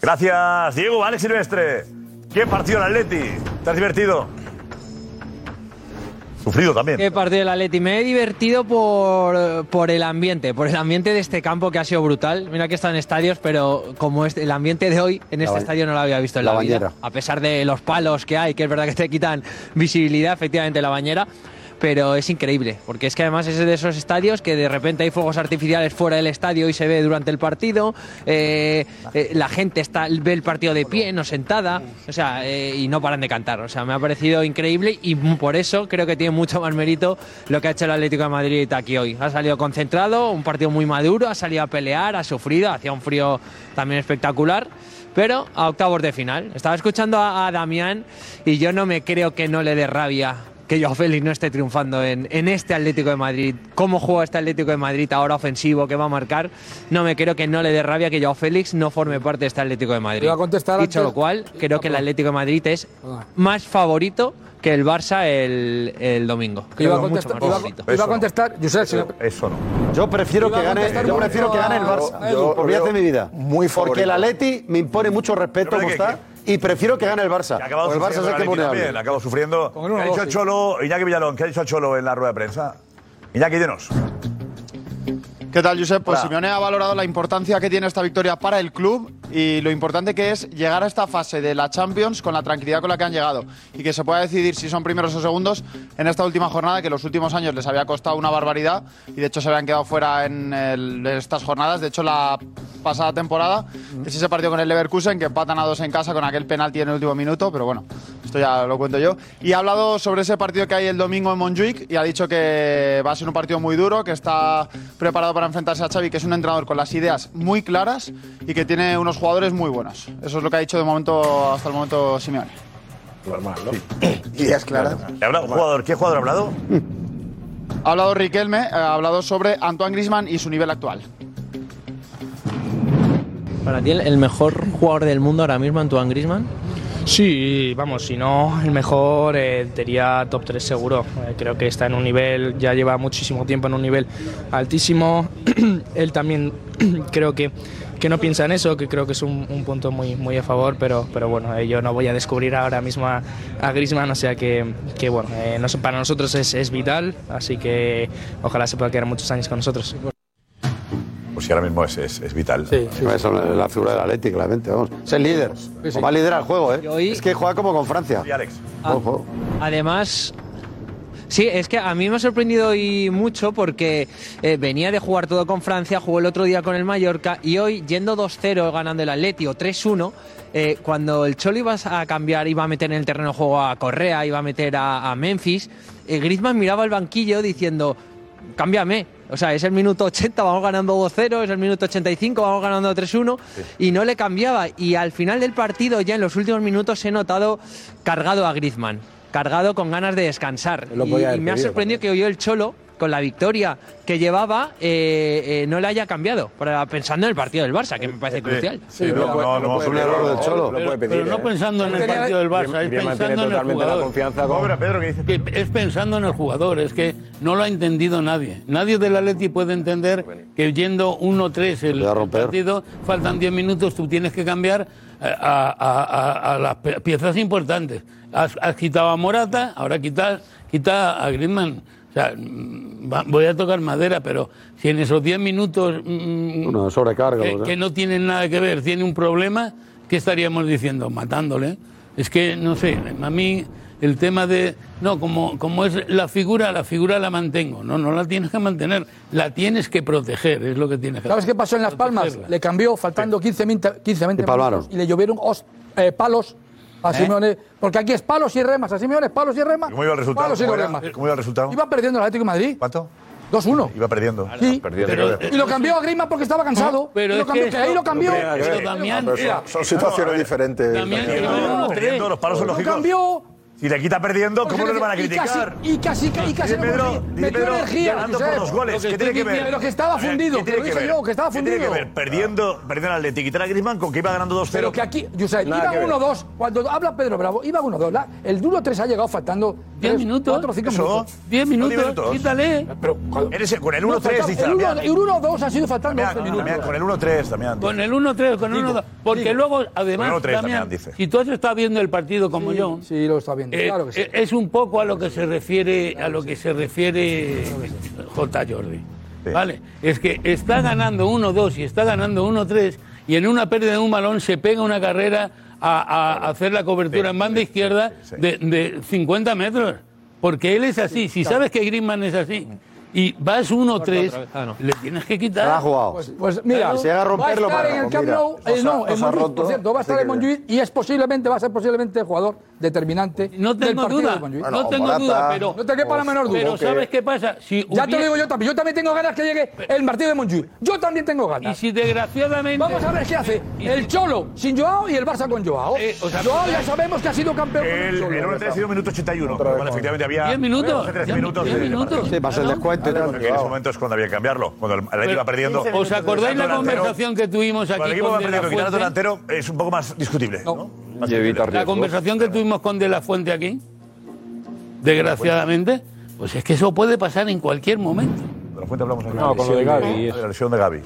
Speaker 5: Gracias, Diego, Alex Silvestre. ¿Qué partido el Atleti? ¿Te has divertido? Sufrido también.
Speaker 4: Qué partido del Atleti. Me he divertido por, por el ambiente, por el ambiente de este campo que ha sido brutal. Mira que están estadios, pero como este- el ambiente de hoy en
Speaker 16: La
Speaker 4: este
Speaker 16: ba-
Speaker 4: estadio no lo había visto en
Speaker 16: la
Speaker 4: la, vida.
Speaker 16: bañera.
Speaker 4: A pesar de los palos que hay, que es verdad que te quitan visibilidad, efectivamente, la bañera. Pero es increíble, porque es que además es de esos estadios que de repente hay fuegos artificiales fuera del estadio y se ve durante el partido. eh, eh, la gente está, ve el partido de pie, no sentada. O sea, eh, y no paran de cantar. O sea, me ha parecido increíble y m- por eso creo que tiene mucho más mérito lo que ha hecho el Atlético de Madrid aquí hoy. Ha salido concentrado, un partido muy maduro, ha salido a pelear, ha sufrido, hacía un frío también espectacular pero a octavos de final. Estaba escuchando a, a Damián y yo no me creo que no le dé rabia que Joao Félix no esté triunfando en, en este Atlético de Madrid, cómo juega este Atlético de Madrid ahora ofensivo, que va a marcar, no me creo que no le dé rabia que Joao Félix no forme parte de este Atlético de Madrid.
Speaker 23: Iba a contestar
Speaker 4: Dicho
Speaker 23: antes-
Speaker 4: lo cual, creo que el Atlético de Madrid es más favorito que el Barça el, el domingo. Creo
Speaker 23: Iba a
Speaker 4: mucho
Speaker 23: contestar,
Speaker 4: más
Speaker 23: iba a-
Speaker 4: favorito.
Speaker 23: iba a contestar, Josep, si no-
Speaker 5: Eso no.
Speaker 16: Yo prefiero
Speaker 23: Iba a
Speaker 16: que gane,
Speaker 23: contestar
Speaker 16: yo
Speaker 23: mucho
Speaker 16: prefiero que gane el
Speaker 23: a-
Speaker 16: Barça.
Speaker 23: a Edu.
Speaker 16: por días de mi vida.
Speaker 20: Muy
Speaker 16: Porque
Speaker 20: favorito.
Speaker 16: el Atleti me impone mucho respeto como está y prefiero que gane el Barça.
Speaker 5: Ha acabado
Speaker 16: Porque Pues el Barça es el que
Speaker 5: sufriendo
Speaker 16: pone
Speaker 5: Atlético también, ha acabado sufriendo.
Speaker 16: uno
Speaker 5: ¿Qué ha dicho
Speaker 16: doce.
Speaker 5: Cholo, Iñaki Villalón, ¿qué ha dicho Cholo en la rueda de prensa? Iñaki, dinos.
Speaker 22: ¿Qué tal, Josep? Pues
Speaker 5: Hola.
Speaker 22: Simeone ha valorado la importancia que tiene esta victoria para el club y lo importante que es llegar a esta fase de la Champions con la tranquilidad con la que han llegado y que se pueda decidir si son primeros o segundos en esta última jornada que los últimos años les había costado una barbaridad y de hecho se habían quedado fuera en, el- en estas jornadas. De hecho, la pasada temporada es ese partido con el Leverkusen que empatan a dos en casa con aquel penalti en el último minuto, pero bueno, esto ya lo cuento yo. Y ha hablado sobre ese partido que hay el domingo en Montjuic y ha dicho que va a ser un partido muy duro, que está preparado para enfrentarse a Xavi, que es un entrenador con las ideas muy claras y que tiene unos jugadores muy buenos. Eso es lo que ha dicho de momento hasta el momento Simeone.
Speaker 20: Normal, ¿no?
Speaker 22: Ideas claras.
Speaker 5: ¿Le habrá un jugador? ¿Qué jugador ha hablado?
Speaker 22: Ha hablado Riquelme, eh, ha hablado sobre Antoine Griezmann y su nivel actual.
Speaker 4: Para ti, el- el mejor jugador del mundo ahora mismo, Antoine Grisman.
Speaker 24: Sí, vamos, si no, el mejor eh, diría top 3 seguro. Eh, creo que está en un nivel, ya lleva muchísimo tiempo en un nivel altísimo. [CLEARS THROAT] Él también [CLEARS THROAT] creo que, que no piensa en eso, que creo que es un, un punto muy, muy a favor, pero, pero bueno, eh, yo no voy a descubrir ahora mismo a, a Griezmann, o sea que, que bueno, eh, nos- para nosotros es, es vital, así que ojalá se pueda quedar muchos años con nosotros.
Speaker 5: Pues si ahora mismo es, es, es vital.
Speaker 16: Es la figura del Atleti, claramente. Vamos. Es el líder. O va a liderar el juego, ¿eh? Es que juega como con Francia. Ojo.
Speaker 10: Ah.
Speaker 4: Además, sí, es que a mí me ha sorprendido hoy mucho porque eh, venía de jugar todo con Francia, jugó el otro día con el Mallorca y hoy yendo 2-0 ganando el Atleti o 3-1. eh, cuando el Cholo iba a cambiar, iba a meter en el terreno de juego a Correa, iba a meter a, a Memphis, eh, Griezmann miraba al banquillo diciendo, cámbiame. O sea, es el minuto 80, vamos ganando 2-0, es el minuto 85, vamos ganando 3-1, y no le cambiaba. Y al final del partido, ya en los últimos minutos, he notado cargado a Griezmann, cargado con ganas de descansar.
Speaker 19: Lo
Speaker 4: Y-
Speaker 19: podía
Speaker 4: y
Speaker 19: haber
Speaker 4: me ha
Speaker 19: pedido
Speaker 4: sorprendido que hoy el Cholo, con la victoria que llevaba, eh, eh, no la haya cambiado, para- pensando en el partido del Barça, que me parece crucial.
Speaker 19: Sí, no, no, no, no, es un error del Cholo. Lo puede
Speaker 10: Pero
Speaker 19: pedir,
Speaker 10: no
Speaker 19: ¿eh?
Speaker 10: pensando en el
Speaker 19: Tenía-
Speaker 10: partido del Barça,
Speaker 19: Griezmann
Speaker 10: es
Speaker 19: tiene
Speaker 10: pensando en el
Speaker 19: totalmente la
Speaker 10: jugador.
Speaker 19: confianza con-
Speaker 10: Obra,
Speaker 5: Pedro, ¿qué dices?
Speaker 10: Que es pensando en el jugador, es que no lo ha entendido nadie. Nadie del Atleti puede entender que yendo 1-3 el, el partido, faltan 10 minutos, tú tienes que cambiar a, a- a- a las pe- piezas importantes. Has, has quitado a Morata, ahora quitas, quita a Griezmann. O sea, mm, va- voy a tocar madera, pero si en esos 10 minutos mm,
Speaker 16: Una sobrecarga.
Speaker 10: que,
Speaker 16: o sea.
Speaker 10: que no tienen nada que ver, tiene un problema, ¿qué estaríamos diciendo? Matándole. ¿eh? Es que, no sé, a mí el tema de, no, como, como es la figura, la figura la mantengo. No, no la tienes que mantener, la tienes que proteger, es lo que tienes que
Speaker 23: ¿Sabes
Speaker 10: hacer.
Speaker 23: qué pasó en Las Palmas? Le cambió faltando 15, min- 15 20
Speaker 10: Y palmaron.
Speaker 23: minutos y le llovieron os- eh, palos a
Speaker 5: ¿Eh?
Speaker 23: Simeone. Porque aquí es palos y remas. A Simeone es palos y remas.
Speaker 5: ¿Cómo iba el resultado?
Speaker 23: Palos y
Speaker 5: ¿Cómo
Speaker 23: no
Speaker 5: era?
Speaker 23: remas.
Speaker 5: ¿Cómo iba el resultado?
Speaker 23: Iba perdiendo el Atlético de Madrid.
Speaker 5: ¿Cuánto?
Speaker 23: 2-1.
Speaker 5: Iba perdiendo.
Speaker 23: Sí.
Speaker 5: Pero-
Speaker 23: Y lo cambió a Griezmann porque estaba cansado.
Speaker 10: Pero
Speaker 23: y lo
Speaker 10: es que
Speaker 23: cambió,
Speaker 10: eso-
Speaker 23: ahí lo cambió.
Speaker 10: Pero, pero, Damián,
Speaker 20: Pero
Speaker 10: mira.
Speaker 20: son, son situaciones diferentes.
Speaker 5: Perdiendo, perdiendo, los palos son
Speaker 23: Lo
Speaker 5: lógicos.
Speaker 23: cambió.
Speaker 5: Si le quita perdiendo, ¿cómo no le van a
Speaker 23: Y
Speaker 5: criticar?
Speaker 23: casi, y casi, y casi
Speaker 5: Dice
Speaker 23: no
Speaker 5: Pedro-
Speaker 23: consigue.
Speaker 5: dice
Speaker 23: metió
Speaker 5: Pedro,
Speaker 23: energía.
Speaker 5: ganando
Speaker 23: Josep.
Speaker 5: por los goles.
Speaker 23: Lo
Speaker 5: ¿Qué tiene
Speaker 23: estoy
Speaker 5: que ver?
Speaker 23: diciendo, Lo que estaba
Speaker 5: A ver,
Speaker 23: fundido,
Speaker 5: ¿qué
Speaker 23: que lo
Speaker 5: tiene
Speaker 23: dije
Speaker 5: ver?
Speaker 23: yo, que estaba
Speaker 5: ¿Qué tiene que
Speaker 23: fundido. Ah.
Speaker 5: ver? Perdiendo, perdiendo al Atlético. Quitar a Griezmann con que iba ganando 2-0.
Speaker 23: Pero que aquí, Josep,
Speaker 5: Nada que ver.
Speaker 23: iba 1-2. Cuando habla Pedro Bravo, iba 1-2. La- El duro 3 ha llegado faltando 10 minutos. 4 5
Speaker 5: Eso.
Speaker 23: minutos.
Speaker 5: Diez minutos, Diez minutos.
Speaker 23: quítale. Pero,
Speaker 5: Eres- con el
Speaker 23: No,
Speaker 5: 1-3,
Speaker 23: faltaba-
Speaker 5: dice
Speaker 23: el uno-
Speaker 5: Damián.
Speaker 23: El 1-2 ha sido faltando 11
Speaker 5: Damián,
Speaker 23: minutos.
Speaker 5: Damián, con el 1-3, Damián.
Speaker 10: Con el 1-3, con el
Speaker 5: Digo,
Speaker 10: 1-2. Porque luego, además,
Speaker 5: Con el 1-3 Damián
Speaker 10: Damián,
Speaker 5: dice.
Speaker 10: si tú has estado viendo el partido como yo,
Speaker 23: Sí, lo está viendo.
Speaker 10: eh,
Speaker 23: Claro que sí.
Speaker 10: eh, es un poco a lo que se refiere, a lo que se refiere J. Jordi. ¿Vale? Es que está ganando 1-2 y está ganando 1-3 y en una pérdida de un balón se pega una carrera a, a hacer la cobertura en banda izquierda de, de 50 metros. Porque él es así. Si sabes que Griezmann es así
Speaker 23: Mm.
Speaker 10: y vas 1-3, le tienes que quitar.
Speaker 16: La ha jugado.
Speaker 23: Ah, Pues, pues mira, pues Eh, va a estar en el Camp Nou, eh, no, en Montjuic, por cierto, va a estar en Montjuic y es posiblemente, va a ser posiblemente el jugador determinante
Speaker 10: No
Speaker 23: del
Speaker 10: tengo
Speaker 23: partido
Speaker 10: duda,
Speaker 23: de Montjuic.
Speaker 10: no tengo duda, pero...
Speaker 23: No te quepa la menor duda.
Speaker 10: Pero ¿sabes qué pasa? Si
Speaker 23: Ya te
Speaker 10: hubiera-
Speaker 23: lo digo yo también. Yo también tengo ganas que llegue el partido de Montjuic. Yo también tengo ganas.
Speaker 10: Y si desgraciadamente...
Speaker 23: Vamos a ver qué hace el Cholo sin Joao y el Barça con Joao.
Speaker 10: Eh,
Speaker 23: Joao
Speaker 10: pues
Speaker 23: ya sabemos que ha sido campeón con el
Speaker 5: El, el
Speaker 23: Cholo.
Speaker 5: 90 ha sido minuto 81. con lo cual efectivamente había.
Speaker 23: ¿Diez minutos?
Speaker 5: 13
Speaker 23: ¿Diez
Speaker 5: minutos.
Speaker 23: diez
Speaker 5: de-
Speaker 23: minutos?
Speaker 16: Sí, pasa el descuento y tal.
Speaker 5: Porque en ese momento es cuando había que cambiarlo. Cuando el Atlético iba perdiendo.
Speaker 10: ¿Os acordáis la
Speaker 5: Quitando el
Speaker 10: conversación que tuvimos
Speaker 5: delantero- Cuando el
Speaker 10: aquí
Speaker 5: equipo va
Speaker 10: con De La
Speaker 5: perdiendo, quitar al
Speaker 10: Fuente?
Speaker 5: delantero es un poco más discutible. ¿no? Más
Speaker 12: Llevita
Speaker 5: discutible.
Speaker 10: La conversación que tuvimos con De La Fuente aquí, desgraciadamente, pues es que eso puede pasar en cualquier momento.
Speaker 5: De la Fuente hablamos
Speaker 10: No, con lo de Gavi.
Speaker 5: La lesión de Gaby.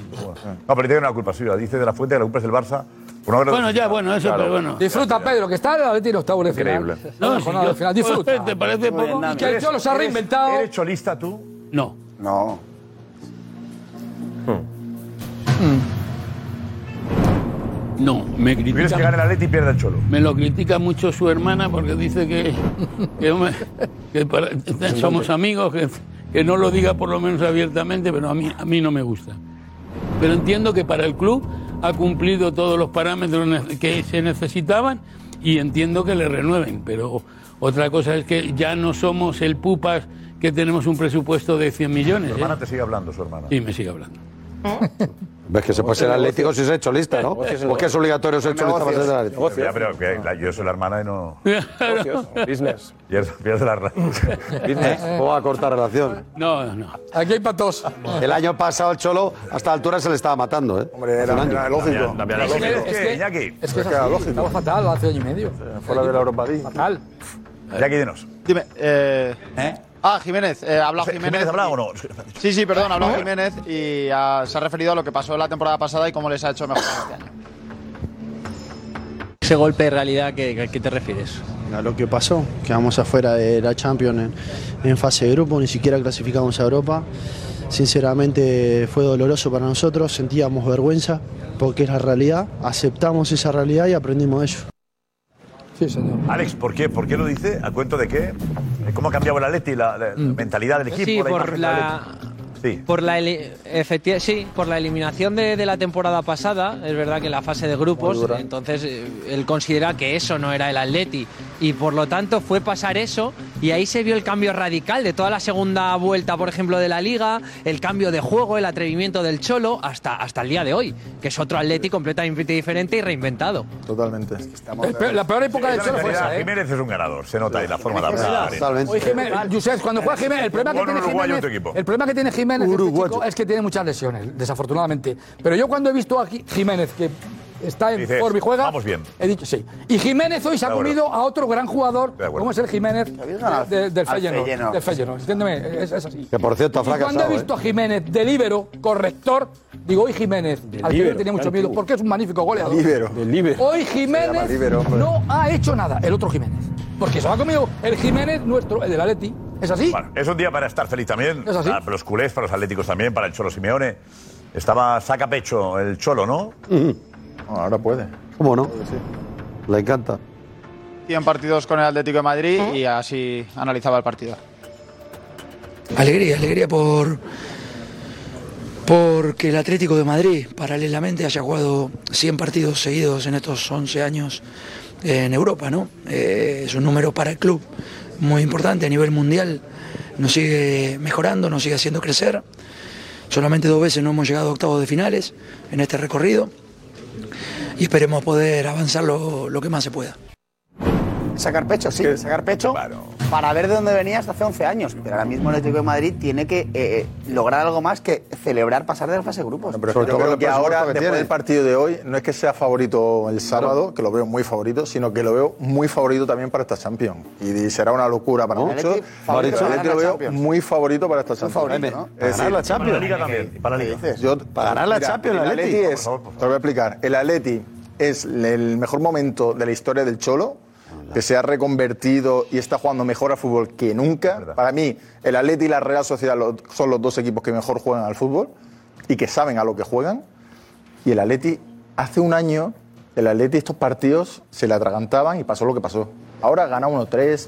Speaker 5: No, pero tiene una culpa suya. Dice De la Fuente que la culpa es del Barça. por no haberlo
Speaker 10: Bueno, ya,
Speaker 5: clasificado.
Speaker 10: bueno, eso, pero bueno.
Speaker 23: Disfruta, Pedro, que está en la Betis en octavos de final.
Speaker 5: Increíble.
Speaker 23: No,
Speaker 10: No,
Speaker 23: la
Speaker 10: si
Speaker 23: jornada
Speaker 10: yo-
Speaker 23: de final.
Speaker 10: [LAUGHS]
Speaker 23: Disfruta.
Speaker 10: ¿Te parece
Speaker 23: Muy bien,
Speaker 10: poco?
Speaker 23: nada, Y que el eres- Cholo se ha eres- reinventado.
Speaker 5: ¿Eres cholista tú?
Speaker 10: No. Mm.
Speaker 16: No.
Speaker 10: No, me
Speaker 5: Tuvieras que ganar el Atleti y pierde el Cholo.
Speaker 10: Me lo critica mucho su hermana porque dice que, que me- que para-
Speaker 5: Pues
Speaker 10: somos amigos, que, que no lo diga por lo menos abiertamente, pero a mí, a mí no me gusta. Pero entiendo que para el club ha cumplido todos los parámetros ne- que se necesitaban y entiendo que le renueven. Pero otra cosa es que ya no somos el Pupas que tenemos un presupuesto de 100 millones.
Speaker 5: Su
Speaker 10: ¿eh?
Speaker 5: hermana te sigue hablando, su hermana.
Speaker 10: Sí, me sigue hablando.
Speaker 16: Ves que se puede ser
Speaker 5: Negocios.
Speaker 16: atlético si se hecho lista, ¿no?
Speaker 4: Pues
Speaker 5: Negocios.
Speaker 16: Porque es obligatorio ser cholista para ser atlético.
Speaker 5: Ya, pero que la- yo soy la hermana y no.
Speaker 12: Business.
Speaker 5: Pierde pierde la relación.
Speaker 16: ¿Eh? ¿Cómo va a cortar relación?
Speaker 10: No, no.
Speaker 23: Aquí hay patos.
Speaker 16: El año pasado el Cholo a esta altura se le estaba matando, ¿eh? Hombre,
Speaker 20: era- era lógico. También- también era
Speaker 23: Es que- es que- Es que es así, estaba fatal hace año y medio.
Speaker 20: Fuera de la Europa League.
Speaker 23: Fatal.
Speaker 5: Iñaki, dinos.
Speaker 22: Dime, eh, Ah, Jiménez, eh, ha hablado Jiménez.
Speaker 5: ¿Jiménez hablaba o no? [LAUGHS]
Speaker 22: Sí, sí, perdón, ha hablado Jiménez y ah, se ha referido a lo que pasó la temporada pasada y cómo les ha hecho mejor este año.
Speaker 7: Ese golpe de realidad, que, ¿a qué te refieres?
Speaker 13: A lo que pasó, quedamos afuera de la Champions en, en fase de grupo, ni siquiera clasificamos a Europa. Sinceramente fue doloroso para nosotros, sentíamos vergüenza porque es la realidad, aceptamos esa realidad y aprendimos de ello.
Speaker 23: Sí, señor.
Speaker 5: Alex, ¿por qué? ¿Por qué lo dice? ¿A cuento de qué? ¿Cómo ha cambiado el Atleti, la, la- la
Speaker 16: Mm.
Speaker 5: mentalidad del equipo?
Speaker 4: Sí,
Speaker 5: la
Speaker 4: por
Speaker 5: imagen del
Speaker 4: la,
Speaker 5: Atleti?
Speaker 4: por la eli- efecti- sí, por la eliminación de, de la temporada pasada, es verdad que la fase de grupos,
Speaker 7: Muy dura.
Speaker 4: entonces eh, él considera que eso no era el Atleti y por lo tanto fue pasar eso y ahí se vio el cambio radical de toda la segunda vuelta, por ejemplo, de la liga, el cambio de juego, el atrevimiento del Cholo hasta hasta el día de hoy, que es otro Atleti completamente diferente y reinventado.
Speaker 20: Totalmente.
Speaker 23: La peor época
Speaker 5: Sí,
Speaker 23: del Cholo fue
Speaker 5: mentalidad.
Speaker 23: esa, ¿eh?
Speaker 5: Jiménez es un ganador, se nota ahí la forma de hablar.
Speaker 23: Oye, Jiménez, Josep, cuando juega Jiménez, el problema, que
Speaker 5: Bueno,
Speaker 23: tiene
Speaker 5: uruguayo,
Speaker 23: Jiménez
Speaker 5: otro equipo.
Speaker 23: el problema que tiene Jiménez este chico, es que tiene muchas lesiones, desafortunadamente. Pero yo cuando he visto a Ji- Jiménez que está en
Speaker 5: Dices,
Speaker 23: forma y juega,
Speaker 5: vamos bien.
Speaker 23: he dicho sí. Y Jiménez hoy se ha
Speaker 5: De acuerdo.
Speaker 23: comido a otro gran jugador,
Speaker 5: De acuerdo.
Speaker 23: como es el Jiménez
Speaker 16: ganado
Speaker 23: de-
Speaker 16: al-
Speaker 23: del
Speaker 16: al
Speaker 23: Feyenoord.
Speaker 16: Feyenoord.
Speaker 23: Del Feyenoord, entiéndeme, es, es así.
Speaker 16: Que por cierto ha
Speaker 23: Y cuando he
Speaker 16: fracasado. ¿eh?
Speaker 23: visto a Jiménez de líbero, corrector, digo hoy Jiménez, al que yo le
Speaker 16: líbero,
Speaker 23: tenía mucho
Speaker 16: claro,
Speaker 23: miedo,
Speaker 16: tío.
Speaker 23: porque es un magnífico goleador.
Speaker 16: Líbero.
Speaker 23: Del líbero. Hoy
Speaker 16: Se llama
Speaker 23: Jiménez
Speaker 16: líbero, hombre.
Speaker 23: no ha hecho nada, el otro Jiménez. Porque se lo ha comido el Jiménez nuestro, el del Atleti. ¿Es así?
Speaker 5: Bueno, es un día para estar feliz también.
Speaker 23: ¿Es así?
Speaker 5: Para los culés, para los atléticos también, para el Cholo Simeone. Estaba saca pecho el Cholo, ¿no?
Speaker 20: Ahora puede.
Speaker 16: ¿Cómo no? Le encanta.
Speaker 22: 100 partidos con el Atlético de Madrid y así analizaba el partido.
Speaker 25: Alegría, alegría por porque el Atlético de Madrid paralelamente haya jugado 100 partidos seguidos en estos 11 años en Europa, ¿no? Eh, es un número para el club muy importante a nivel mundial, nos sigue mejorando, nos sigue haciendo crecer. Solamente dos veces no hemos llegado a octavos de finales en este recorrido y esperemos poder avanzar lo- lo que más se pueda.
Speaker 21: Sacar pecho, sí, sacar pecho para ver de dónde venías hace 11 años. Pero ahora mismo el Atlético de Madrid tiene que eh, eh, lograr algo más que celebrar pasar de la fase de grupos.
Speaker 20: Pero yo creo que ahora, después del partido de hoy, no es que sea favorito el sábado, que lo veo muy favorito, sino que lo veo muy favorito también para esta Champions. Y será una locura para
Speaker 16: ¿No?
Speaker 20: muchos.
Speaker 16: Atleti,
Speaker 20: pero
Speaker 16: Uh, favorito
Speaker 20: el
Speaker 16: para
Speaker 20: Atleti
Speaker 16: ganar
Speaker 20: lo
Speaker 16: la
Speaker 20: veo
Speaker 16: Champions.
Speaker 20: muy favorito para esta Champions.
Speaker 16: favorito, ¿no? Para ganar la Champions. Eh, Para la Liga también, para la Liga.
Speaker 20: Yo-
Speaker 16: Para ganar la
Speaker 20: Mira,
Speaker 16: Champions, el Atleti.
Speaker 20: es-
Speaker 16: Por favor,
Speaker 20: te lo voy a explicar. El Atleti es el mejor momento de la historia del Cholo, que se ha reconvertido y está jugando mejor al fútbol que nunca. Para mí, el Atleti y la Real Sociedad lo- son los dos equipos que mejor juegan al fútbol y que saben a lo que juegan. Y el Atleti, hace un año, el Atleti estos partidos se le atragantaban y pasó lo que pasó. Ahora gana 1-3,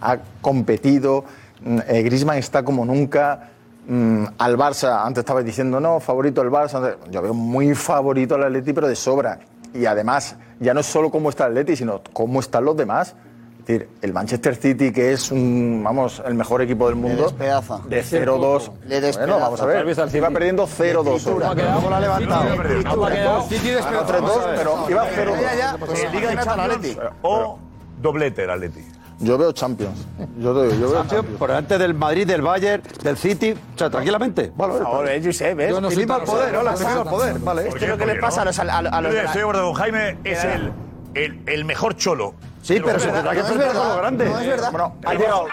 Speaker 20: ha competido, mm, eh, Griezmann está como nunca. mm, Al Barça, antes estabais diciendo no, favorito el Barça. antes- Yo veo muy favorito al Atleti, pero de sobra. Y además, ya no es solo cómo está el Atleti, sino cómo están los demás. Es decir, el Manchester City, que es un, vamos, el mejor equipo del mundo.
Speaker 21: despedaza.
Speaker 20: De 0-2.
Speaker 21: Le despedaza.
Speaker 20: Bueno, vamos a ver. Iba perdiendo 0-2. ¿Cómo la ha levantado? Ganó 3-2, pero iba 0-2.
Speaker 5: Eh, Liga de Champions o doblete el Atleti.
Speaker 20: Yo veo Champions. Yo te digo, yo veo Champions.
Speaker 16: Por delante del Madrid, del Bayern, del City. O sea, tranquilamente. Vale,
Speaker 20: Por favor, eh,
Speaker 16: Josep,
Speaker 20: ¿ves?
Speaker 16: No
Speaker 20: Encima
Speaker 16: al
Speaker 20: el
Speaker 16: poder,
Speaker 20: poder,
Speaker 16: hola,
Speaker 20: hola,
Speaker 16: encima
Speaker 20: encima
Speaker 16: al
Speaker 20: el
Speaker 16: poder.
Speaker 20: poder,
Speaker 16: Vale.
Speaker 20: Es que lo que le pasa a los- a los- a los-
Speaker 5: Yo Estoy de acuerdo con Jaime, es el, el, el mejor cholo.
Speaker 20: Sí, pero se tendrá que enfrentar a los grandes.
Speaker 5: grande.
Speaker 20: Bueno, ha llegado.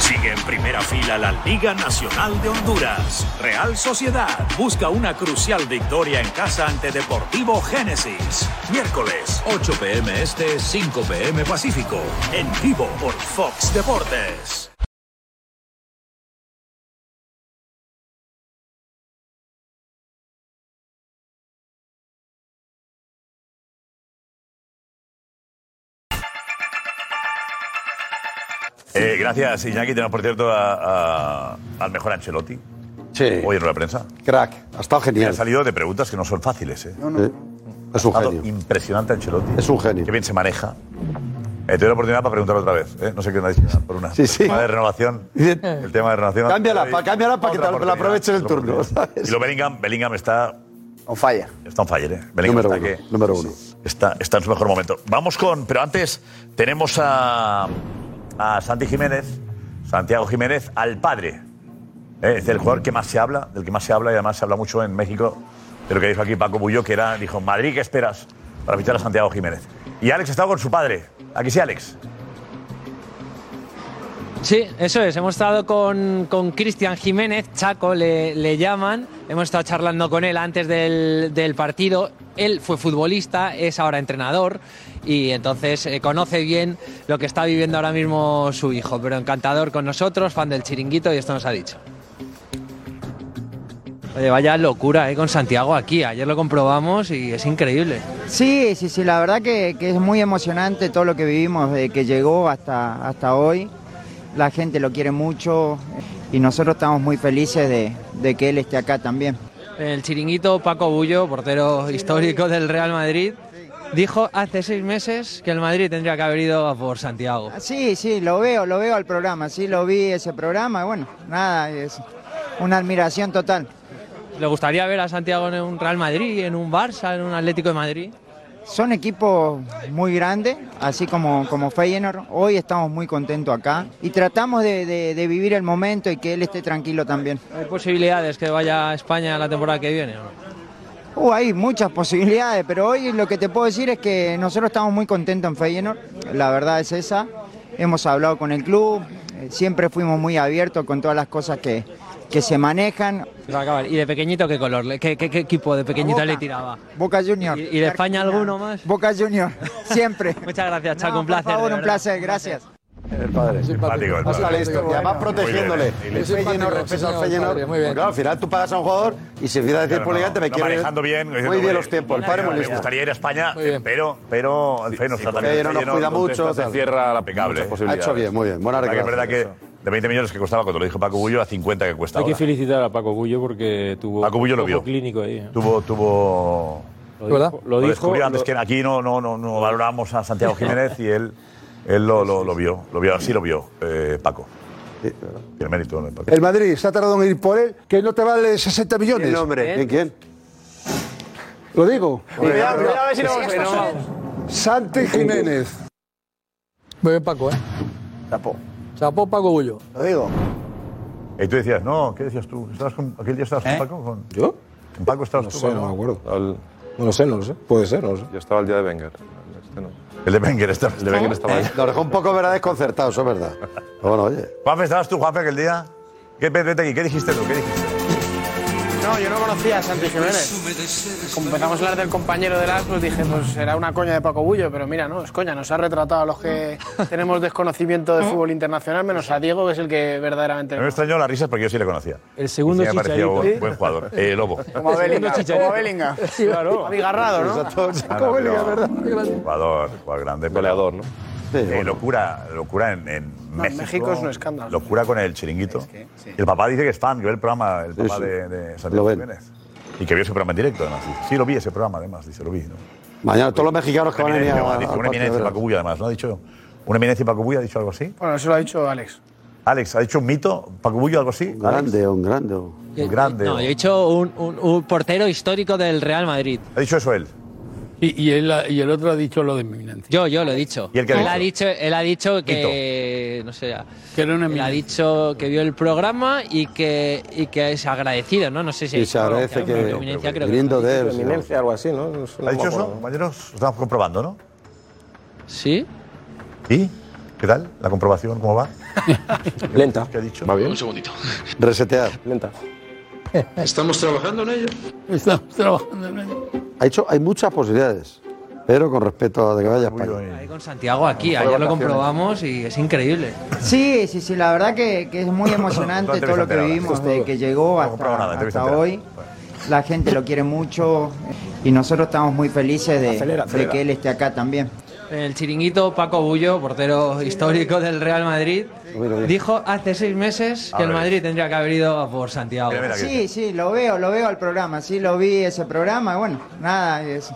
Speaker 14: Sigue en primera fila la Liga Nacional de Honduras. Real Sociedad busca una crucial victoria en casa ante Deportivo Génesis. Miércoles, 8 p.m. Este, 5 p.m. Pacífico. En vivo por Fox Deportes.
Speaker 5: Eh, gracias, Iñaki. Tenemos, por cierto, a- a- al mejor Ancelotti. Sí. Hoy en la prensa.
Speaker 16: Crack. Ha estado
Speaker 5: Y Han
Speaker 16: genial.
Speaker 5: salido de preguntas que no son fáciles. ¿eh?
Speaker 16: Sí. Es un
Speaker 5: Ha estado
Speaker 16: genio.
Speaker 5: Impresionante Ancelotti.
Speaker 16: Es un genio.
Speaker 5: Qué bien se maneja. Eh, tuve la oportunidad para preguntar otra vez. ¿eh? No sé qué andáis por una.
Speaker 16: Sí, sí.
Speaker 5: El tema de renovación. El tema de renovación.
Speaker 16: Cámbiala, pa- cámbiala para que
Speaker 5: Otra
Speaker 16: te la- la
Speaker 5: oportunidad,
Speaker 16: aproveches el
Speaker 5: otra
Speaker 16: turno.
Speaker 5: oportunidad. Y lo Bellingham, Bellingham está.
Speaker 21: On fire.
Speaker 5: Está on fire, ¿eh? Bellingham
Speaker 16: Número
Speaker 5: está
Speaker 16: uno,
Speaker 5: que-
Speaker 16: número uno.
Speaker 5: Está, está en su mejor momento. Vamos con. Pero antes tenemos a. A Santi Jiménez. Santiago Jiménez, al padre. ¿eh? Es el jugador que más se habla, del que más se habla y además se habla mucho en México de lo que dijo aquí Paco Bullo, que era. Dijo: Madrid, ¿qué esperas para fichar a Santiago Jiménez? Y Alex estaba con su padre. Aquí sí, Alex.
Speaker 4: Sí, eso es. Hemos estado con con Cristian Jiménez, Chaco le, le llaman. Hemos estado charlando con él antes del, del partido. Él fue futbolista, es ahora entrenador y entonces eh, conoce bien lo que está viviendo ahora mismo su hijo. Pero encantador con nosotros, fan del chiringuito y esto nos ha dicho. Oye, vaya locura eh, con Santiago aquí. Ayer lo comprobamos y es increíble.
Speaker 26: Sí, sí, sí, la verdad que, que es muy emocionante todo lo que vivimos desde que llegó hasta, hasta hoy. La gente lo quiere mucho y nosotros estamos muy felices de, de que él esté acá también.
Speaker 4: El chiringuito Paco Bullo, portero histórico del Real Madrid, dijo hace seis meses que el Madrid tendría que haber ido a por Santiago.
Speaker 26: Ah, Sí, sí, lo veo, lo veo al programa, sí, lo vi ese programa y bueno, nada, es una admiración total.
Speaker 4: ¿Le gustaría ver a Santiago en un Real Madrid, en un Barça, en un Atlético de Madrid?
Speaker 26: Son equipos muy grandes, así como, como Feyenoord. Hoy estamos muy contentos acá y tratamos de- de- de vivir el momento y que él esté tranquilo también.
Speaker 4: ¿Hay posibilidades que vaya a España la temporada que viene? o no?
Speaker 26: Uh, hay muchas posibilidades, pero hoy lo que te puedo decir es que nosotros estamos muy contentos en Feyenoord, la verdad es esa. Hemos hablado con el club, eh, siempre fuimos muy abiertos con todas las cosas que, que se manejan.
Speaker 4: Se va a acabar. ¿Y de pequeñito qué color? le- ¿Qué, qué- qué equipo de pequeñito
Speaker 26: Boca.
Speaker 4: le tiraba?
Speaker 26: Boca Junior.
Speaker 4: ¿Y- y de España alguno más?
Speaker 26: Boca Junior, siempre.
Speaker 4: Muchas gracias, Chaco,
Speaker 26: No,
Speaker 4: un
Speaker 26: por
Speaker 4: placer. de
Speaker 26: favor, un
Speaker 4: verdad.
Speaker 26: placer, gracias.
Speaker 16: El padre. Simpático, el
Speaker 20: Hasta la
Speaker 16: padre.
Speaker 20: historia,
Speaker 16: Y además
Speaker 20: bueno.
Speaker 16: protegiéndole.
Speaker 20: Muy bien,
Speaker 16: El
Speaker 20: es simpático,
Speaker 16: Feyenoord, respeta al
Speaker 20: señor, padre,
Speaker 16: Feyenoord.
Speaker 20: muy bien.
Speaker 16: Porque, claro, al final tú pagas a un jugador y se empieza a decir
Speaker 5: Claro,
Speaker 16: públicamente,
Speaker 5: no,
Speaker 16: me
Speaker 5: no,
Speaker 16: quiero ir".
Speaker 5: manejando bien. diciendo,
Speaker 16: Muy bien
Speaker 5: "Oye,
Speaker 16: los tiempos, el
Speaker 5: me-
Speaker 16: padre
Speaker 5: me
Speaker 16: muy listo.
Speaker 5: gustaría ir a España, pero, pero el Feyenoord está
Speaker 16: Sí,
Speaker 5: también.
Speaker 16: Feyenoord nos cuida mucho,
Speaker 12: se cierra la- muchas
Speaker 5: posibilidad.
Speaker 12: posibilidades. Ha hecho bien, muy bien, buena
Speaker 5: Es verdad que
Speaker 12: declaración.
Speaker 5: de 20 millones que costaba, cuando lo dijo Paco Bullo, a 50 que cuesta
Speaker 19: Hay que
Speaker 5: ahora.
Speaker 19: felicitar a Paco Bullo porque tuvo
Speaker 5: Paco Bullo lo
Speaker 19: ojo
Speaker 5: vio.
Speaker 19: clínico ahí. ¿eh?
Speaker 5: Tuvo, tuvo.
Speaker 19: Lo dijo- ¿Verdad? lo dijo-
Speaker 5: descubrió antes
Speaker 19: lo-
Speaker 5: que aquí no, no, no, no valoramos a Santiago Jiménez y él, él lo, lo, lo vio, lo vio, así lo vio eh, Paco. Tiene mérito, ¿no? Paco.
Speaker 3: El Madrid se ha tardado en ir por él, que no te vale 60 millones.
Speaker 16: ¿Quién, hombre? ¿Quién, quién?
Speaker 3: Lo digo.
Speaker 16: Cuidado,
Speaker 3: Pero-
Speaker 16: cuidado, a ver si lo vamos a
Speaker 3: Pero-
Speaker 16: hacer.
Speaker 3: Santi Jiménez.
Speaker 23: Muy bien, Paco, ¿eh?
Speaker 16: Chapo.
Speaker 23: Chapo, Paco Bullo.
Speaker 21: Lo digo.
Speaker 5: Y tú decías, no, ¿qué decías tú? ¿Estabas con, ¿Aquel día estabas con Paco? Con,
Speaker 19: ¿Yo?
Speaker 5: ¿Con Paco estabas
Speaker 19: No
Speaker 5: tú?
Speaker 19: sé,
Speaker 5: Paco?
Speaker 19: no me
Speaker 3: acuerdo.
Speaker 19: No lo sé, no lo sé. Puede ser, no lo sé.
Speaker 12: Yo estaba el día de Wenger. Este no.
Speaker 5: El de Wenger estaba. ¿Eh? El
Speaker 12: de Wenger estaba ahí.
Speaker 16: Nos dejó un poco verdad desconcertado, eso es verdad. Pero bueno, oye.
Speaker 5: Juanfe, ¿estabas tú, Juanfe, aquel día? ¿Qué, vete vete aquí, ¿qué dijiste tú? ¿Qué dijiste?
Speaker 15: No, yo no conocía a Santi Jiménez. Como empezamos a hablar del compañero del Asmus, dije, pues será una coña de Paco Bullo, pero mira, no, es coña, nos ha retratado a los que tenemos desconocimiento de fútbol internacional, menos a Diego, que es el que verdaderamente...
Speaker 5: A mí
Speaker 20: este
Speaker 5: Me extrañó las risas porque yo sí le conocía. El
Speaker 19: segundo
Speaker 5: me parecía
Speaker 19: chicharito.
Speaker 5: buen, buen jugador. Eh, Lobo.
Speaker 15: Como Bellingham,
Speaker 19: Chicharito.
Speaker 15: como Bellingham.
Speaker 21: [LAUGHS]
Speaker 19: Claro.
Speaker 15: Abigarrado, ¿no?
Speaker 23: [LAUGHS]
Speaker 5: Exacto,
Speaker 15: Como Bellingham,
Speaker 5: ¿verdad? Jugador, jugador grande. Goleador, ¿no? locura, locura en, en
Speaker 15: No, en
Speaker 5: México.
Speaker 15: México es un escándalo.
Speaker 5: Locura con el chiringuito. Y el papá dice que es fan, que ve el programa, el papá
Speaker 15: sí.
Speaker 5: de, de
Speaker 15: Lo
Speaker 5: Santiago
Speaker 15: ven.
Speaker 5: Jiménez. Y que vio ese programa en directo, además. dice. Sí, lo vi ese programa, además, dice, lo vi. ¿no?
Speaker 16: Mañana todos los mexicanos que van
Speaker 5: Una
Speaker 16: a venir
Speaker 5: eminencia,
Speaker 16: a-
Speaker 5: ha dicho
Speaker 16: al
Speaker 5: una
Speaker 16: partido,
Speaker 5: eminencia
Speaker 16: ¿verdad?
Speaker 5: Paco Bullo, además, ¿no ha dicho? ¿Una eminencia Paco Bullo ha dicho algo así?
Speaker 15: Bueno, eso lo ha dicho Alex.
Speaker 5: Alex, ¿ha dicho un mito? ¿Paco Bullo algo así?
Speaker 16: grande, un grande.
Speaker 5: Un grande.
Speaker 4: No, yo he dicho un, un- un portero histórico del Real Madrid.
Speaker 5: ¿Ha dicho eso él?
Speaker 10: Y, y él ha- y el otro ha dicho lo de eminencia.
Speaker 4: Yo, yo lo he dicho.
Speaker 10: ¿Y el qué ha
Speaker 4: él,
Speaker 10: dicho?
Speaker 4: ha dicho, él ha dicho que. No sé, que era una ha dicho que vio el programa y que, y que es agradecido, ¿no? No sé si.
Speaker 16: Y
Speaker 4: ha
Speaker 16: se
Speaker 4: dicho
Speaker 16: agradece
Speaker 4: algo,
Speaker 16: que-
Speaker 4: una eminencia, creo que
Speaker 16: viniendo
Speaker 4: no.
Speaker 16: de él, sí.
Speaker 19: Eminencia, algo así, ¿no? No sé, no
Speaker 5: ¿Ha dicho
Speaker 19: me
Speaker 5: eso,
Speaker 19: acuerdo.
Speaker 5: compañeros? Lo estamos comprobando, ¿no? [LAUGHS]
Speaker 4: Sí.
Speaker 5: ¿Y? ¿Qué tal? ¿La comprobación cómo va?
Speaker 19: Lenta.
Speaker 5: ¿Qué ha dicho?
Speaker 19: Va bien. Un
Speaker 5: segundito.
Speaker 16: Resetear.
Speaker 19: Lenta.
Speaker 6: [LAUGHS] Estamos trabajando en ello.
Speaker 10: Estamos trabajando en ello.
Speaker 16: Ha hecho, hay muchas posibilidades, pero con respeto a de que vaya a España.
Speaker 4: Ahí con Santiago aquí, ayer lo comprobamos y es increíble.
Speaker 26: Sí, sí, sí, la verdad que, que es muy
Speaker 4: No
Speaker 26: emocionante
Speaker 4: te
Speaker 26: todo lo
Speaker 4: avisan
Speaker 26: que
Speaker 4: de nada.
Speaker 26: vivimos
Speaker 4: Eso es
Speaker 26: desde
Speaker 4: todo.
Speaker 26: que llegó
Speaker 4: comprado nada,
Speaker 26: hasta,
Speaker 4: te avisan
Speaker 26: hasta
Speaker 4: de nada.
Speaker 26: hoy. La gente lo quiere mucho y nosotros estamos muy felices de,
Speaker 4: Acelera,
Speaker 26: de
Speaker 4: acelera.
Speaker 26: que él esté acá también.
Speaker 4: El chiringuito Paco Bullo, portero histórico del Real Madrid,
Speaker 26: mira.
Speaker 4: dijo hace seis meses
Speaker 26: A
Speaker 4: que el
Speaker 26: ver.
Speaker 4: Madrid tendría que haber ido a por Santiago.
Speaker 26: Sí, sí, lo veo, lo veo al programa, sí, lo vi ese programa, bueno, nada, es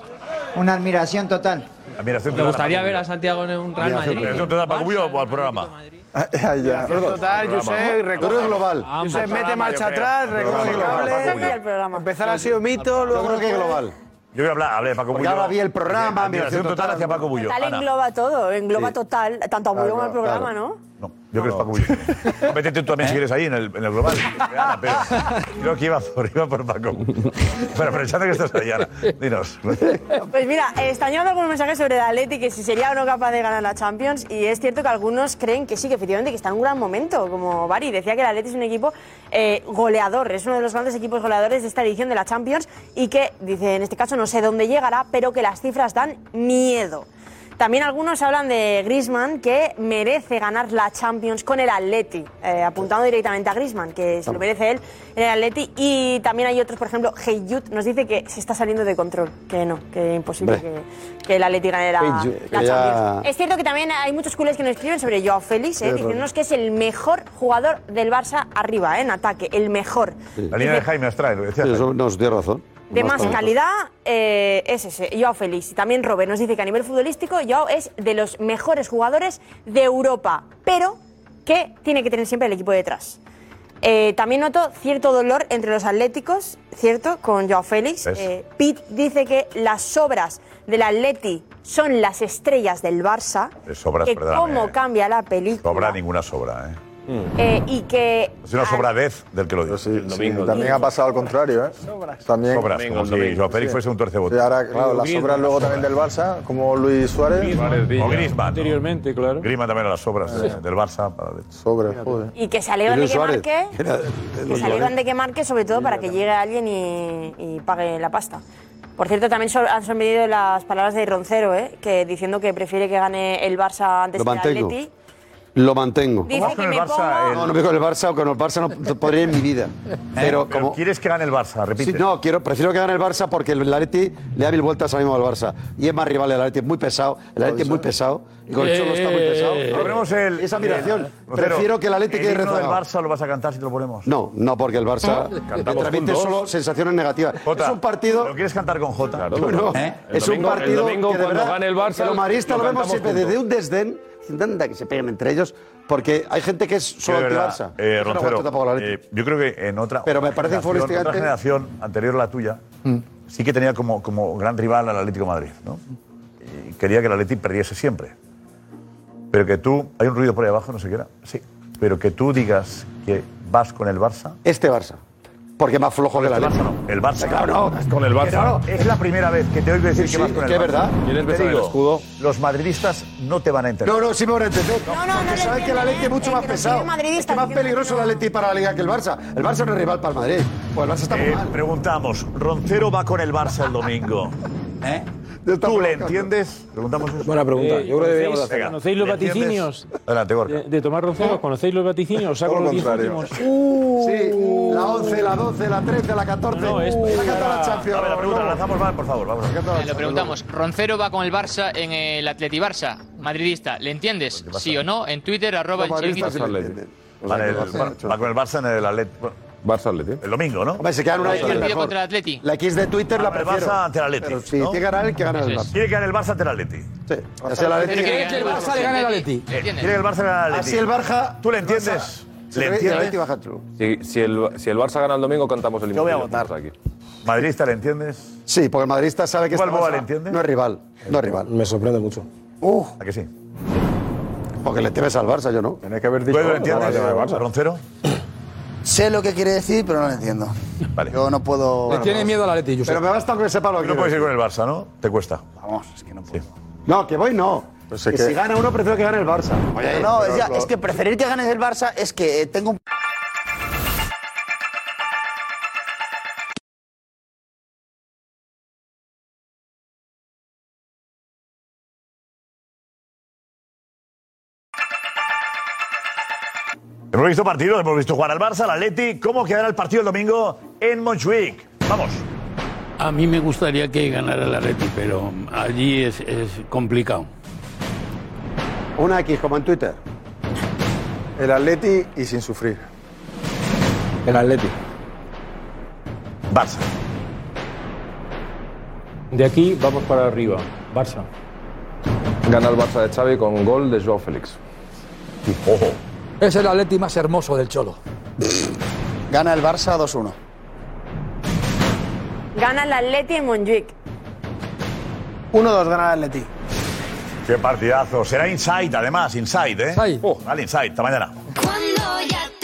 Speaker 26: una admiración total.
Speaker 5: Admiración
Speaker 4: ¿Te
Speaker 5: total a
Speaker 4: gustaría
Speaker 5: Paco
Speaker 4: ver
Speaker 5: Bullo.
Speaker 4: a Santiago en un Real Madrid?
Speaker 5: ¿Admiración total a Paco Bullo o al programa?
Speaker 16: Ah, eh,
Speaker 15: Total, Josep, recoge. Josep, mete marcha atrás, recoge cable. Empezar así un mito, luego.
Speaker 16: creo que global.
Speaker 5: Yo voy a hablar, hablé de Paco
Speaker 16: Porque
Speaker 5: Bullo.
Speaker 16: ahora vi el programa,
Speaker 5: Admiración
Speaker 16: admiración
Speaker 5: total
Speaker 16: total.
Speaker 5: hacia Paco Bullo.
Speaker 8: Total
Speaker 5: Ana,
Speaker 8: engloba todo, engloba
Speaker 5: Sí.
Speaker 8: total, tanto a Bullo como
Speaker 5: Claro,
Speaker 8: al programa, ¿no?
Speaker 5: yo creo que es Paco Bullo. Métete tú también si quieres ahí en el, en el global. Ana, pero creo que iba por, iba por Paco. Pero aprovechando que estás ahí, Ana,
Speaker 8: [LAUGHS]
Speaker 5: dinos.
Speaker 8: Pues mira, eh, están llegando algunos mensajes sobre el Atleti, que si sería o no capaz de ganar la Champions, y es cierto que algunos creen que sí, que efectivamente que está en un gran momento, como Bari, decía que el Atleti es un equipo eh, goleador, es uno de los grandes equipos goleadores de esta edición de la Champions, y que, dice, en este caso no sé dónde llegará, pero que las cifras dan miedo. También algunos hablan de Griezmann que merece ganar la Champions con el Atleti, eh, apuntando directamente a Griezmann, que se lo merece él en el Atleti. Y también hay otros, por ejemplo, Heyut nos dice que se está saliendo de control, que no, que es imposible
Speaker 16: Hombre.
Speaker 8: que, que el Atleti gane la,
Speaker 16: Heyut,
Speaker 8: la
Speaker 16: que ya-
Speaker 8: Champions. Es cierto que también hay muchos culés que nos escriben sobre Joao Félix, eh,
Speaker 5: Qué
Speaker 8: diciéndonos que es el mejor jugador del Barça arriba, eh, en ataque, el mejor.
Speaker 5: La línea de Jaime Astral, lo decía.
Speaker 16: Eso nos dio razón.
Speaker 8: De
Speaker 16: Más
Speaker 8: más
Speaker 16: talento.
Speaker 8: calidad eh, es ese, Joao Félix. Y también Robert nos dice que a nivel futbolístico Joao es de los mejores jugadores de Europa, pero que tiene que tener siempre el equipo detrás. Eh, también noto cierto dolor entre los atléticos, ¿cierto? Con Joao Félix.
Speaker 17: ¿Ves?
Speaker 8: Eh, Pete dice que las obras del Atleti son las estrellas del Barça.
Speaker 5: Es sobras,
Speaker 8: que
Speaker 5: perdóname.
Speaker 8: cómo cambia la película.
Speaker 5: Sobra ninguna sobra, ¿eh?
Speaker 16: Mm.
Speaker 8: Eh, y que
Speaker 5: Es una
Speaker 8: Ah.
Speaker 5: sobradez del que lo dice.
Speaker 19: el
Speaker 5: domingo.
Speaker 20: también ha pasado al contrario, ¿eh? También.
Speaker 5: Sobras, como si Joao Félix
Speaker 20: Sí.
Speaker 5: fuese un tercebote.
Speaker 20: Y ahora, claro, las obras luego también del Barça, como Luis Suárez.
Speaker 5: O Griezmann. Anteriormente, claro. Griezmann también a las obras
Speaker 20: Sí.
Speaker 5: eh, del Barça.
Speaker 20: Sobras, joder.
Speaker 8: Y que se alegran de que marque.
Speaker 16: [LAUGHS]
Speaker 8: Que
Speaker 16: Pues
Speaker 8: se alegran
Speaker 5: Suárez.
Speaker 8: de que marque, sobre todo para que llegue alguien y, y pague la pasta. Por cierto, también so- han sorprendido las palabras de Roncero, ¿eh? que diciendo que prefiere que gane el Barça antes
Speaker 16: Lo
Speaker 8: que el
Speaker 16: mantengo.
Speaker 8: Atleti.
Speaker 16: Lo mantengo.
Speaker 8: Dice Ojo que con el me Barça, pongo- el-
Speaker 16: No, no me con el Barça o con el Barça no p- podría en mi vida. Pero,
Speaker 5: Eh, Pero
Speaker 16: como
Speaker 5: quieres que gane el Barça, repite.
Speaker 16: Sí, no, quiero, prefiero que gane el Barça porque el Atleti le da mil vueltas ahora mismo al Barça. Y es más rival del Atleti, es muy pesado. El Atleti es muy pesado. Y con el Cholo está
Speaker 8: Eh,
Speaker 16: muy pesado.
Speaker 5: Ponemos el,
Speaker 16: Esa admiración.
Speaker 5: el-
Speaker 16: Prefiero que el Atleti quede
Speaker 5: himno del
Speaker 16: rezagado.
Speaker 5: Barça lo vas a cantar si te lo ponemos.
Speaker 16: No, no, porque el Barça le
Speaker 5: Cantamos
Speaker 16: transmite
Speaker 5: juntos.
Speaker 16: solo sensaciones negativas.
Speaker 5: Jota,
Speaker 16: es un partido.
Speaker 5: ¿Lo quieres cantar con Jota?
Speaker 16: Bueno, ¿eh?
Speaker 5: ¿Eh?
Speaker 16: Es un partido que de verdad, que los maristas lo, vemos siempre
Speaker 5: desde
Speaker 16: desde un desdén, diciendo, anda que se peguen entre ellos, porque hay gente que es solo
Speaker 5: de
Speaker 16: anti
Speaker 5: verdad,
Speaker 16: Barça.
Speaker 5: eh,
Speaker 16: Yo no
Speaker 5: Roncero,
Speaker 16: aguanto tampoco la Leti.
Speaker 5: eh, yo creo que en otra.
Speaker 16: Pero me parece
Speaker 5: generación,
Speaker 16: futbolísticamente- Mm.
Speaker 5: otra generación anterior a la tuya, sí que tenía como, como gran rival al Atlético de Madrid, ¿no? Y quería que el Atlético perdiese siempre. Pero que tú. Hay un ruido por ahí abajo, no sé qué era. Sí. Pero que tú digas que vas con el Barça.
Speaker 16: Este Barça. Porque más flojo que el
Speaker 5: el
Speaker 16: Atleti.
Speaker 5: Barça no. El Barça.
Speaker 16: Claro, no.
Speaker 5: Vas con el Barça.
Speaker 16: Claro,
Speaker 5: es la primera vez que te oigo decir
Speaker 16: Sí,
Speaker 5: que vas con el
Speaker 16: que es
Speaker 5: Barça.
Speaker 16: verdad. ¿Quieres
Speaker 5: Te
Speaker 16: besar el
Speaker 5: digo,
Speaker 16: escudo?
Speaker 5: Los madridistas no te van a entender.
Speaker 16: No, no, sí me van a entender.
Speaker 5: No,
Speaker 8: no,
Speaker 16: porque
Speaker 8: no lo
Speaker 16: saben que el Atleti es mucho más pesado. Es que más peligroso el Atleti para la Liga que el Barça. El Barça no es rival para el Madrid. Pues el Barça está muy
Speaker 5: Eh,
Speaker 16: mal.
Speaker 5: Preguntamos, ¿Roncero va con el Barça
Speaker 16: [LAUGHS]
Speaker 5: el domingo? ¿Eh? ¿Tú le entiendes? Preguntamos eso.
Speaker 19: Buena pregunta. Yo creo que deberíamos hacer.
Speaker 5: Venga,
Speaker 19: Eh, ¿Conocéis los
Speaker 5: ¿le entiendes?
Speaker 19: vaticinios?
Speaker 5: Adelante, Gorka.
Speaker 19: De, de Tomás Roncero, ¿conocéis los vaticinios? Os Saco
Speaker 5: Todo lo
Speaker 19: los 10
Speaker 5: contrario.
Speaker 19: últimos.
Speaker 8: Uh.
Speaker 16: Sí, la 11, la 12, la 13, la 14. No, es la Champions.
Speaker 5: A ver, la pregunta la lanzamos, vale, por favor, vamos.
Speaker 27: Eh, Lo preguntamos, Roncero va con el Barça en el Atleti Barça, madridista, ¿le entiendes? Sí o no, en Twitter, arroba el chiringuito.
Speaker 5: Vale, el Bar- va con el Barça en el Atlético.
Speaker 12: Barça Atleti.
Speaker 5: El domingo, ¿no?
Speaker 16: Hombre, se quedan una
Speaker 12: Barça,
Speaker 16: X
Speaker 12: Atleti.
Speaker 16: mejor.
Speaker 27: contra el Atleti.
Speaker 16: La X de Twitter la
Speaker 5: el
Speaker 16: prefiero.
Speaker 5: Barça ante el Atleti.
Speaker 16: Pero si tiene que ganar el que gana el Barça.
Speaker 5: Tiene que ganar el Barça ante el Atleti.
Speaker 16: Sí. Así el Atleti.
Speaker 5: ¿Quiere que el Barça le gane al Atleti? Quiere que el Barça le gane al Atleti.
Speaker 16: Así el Barça.
Speaker 5: ¿Tú le entiendes?
Speaker 16: Se ve- y
Speaker 5: ¿Le
Speaker 16: el
Speaker 5: entiendes?
Speaker 16: Atleti baja tú.
Speaker 12: Si, si el, si el Barça gana el domingo, contamos el
Speaker 16: Yo voy a
Speaker 12: empate del Barça aquí.
Speaker 5: ¿Madridista le entiendes?
Speaker 16: Sí, porque el madridista sabe que
Speaker 5: ¿Cuál
Speaker 16: este
Speaker 5: boba
Speaker 16: Barça
Speaker 5: le entiende?
Speaker 16: No es rival. No es rival.
Speaker 19: Me sorprende mucho.
Speaker 5: ¿A que sí?
Speaker 16: Porque le temes al Barça, yo no. Tienes que haber
Speaker 5: ¿Tú lo entiendes? ¿Roncero?
Speaker 21: Sé lo que quiere decir, pero no lo entiendo. Yo no puedo.
Speaker 5: Le tiene
Speaker 21: miedo
Speaker 5: al
Speaker 21: Atleti,
Speaker 5: Josep. Pero me
Speaker 16: basta con ese palo.
Speaker 5: No puedes ir con el Barça, ¿no? Te cuesta.
Speaker 21: Vamos, es que no puedo.
Speaker 16: No, que voy no.
Speaker 5: es
Speaker 16: Pues que
Speaker 5: que-
Speaker 16: si gana uno, prefiero que gane el Barça.
Speaker 21: no,
Speaker 16: pero
Speaker 21: es, ya-
Speaker 16: lo-
Speaker 21: es que preferir que ganes el Barça es que eh, tengo un.
Speaker 5: Hemos visto partidos, hemos visto jugar al Barça, al Atleti. ¿Cómo quedará el partido el domingo en Montjuic? Vamos.
Speaker 10: A mí me gustaría que ganara el Atleti, pero allí es, es complicado.
Speaker 16: Una X, como en Twitter.
Speaker 20: El Atleti y sin sufrir.
Speaker 19: El Atleti.
Speaker 5: Barça.
Speaker 19: De aquí vamos para arriba.
Speaker 12: Barça. Gana el Barça de Xavi con gol de Joao Félix.
Speaker 5: Ojo.
Speaker 23: Es el atleti más hermoso del Cholo.
Speaker 21: Gana el Barça 2-1.
Speaker 8: Gana el Atleti en Montjuic.
Speaker 5: 1-2 gana el Atleti. Oh, Qué partidazo. Será Inside, además. Inside, ¿eh? Vale, Inside. Hasta mañana.
Speaker 24: Cuando ya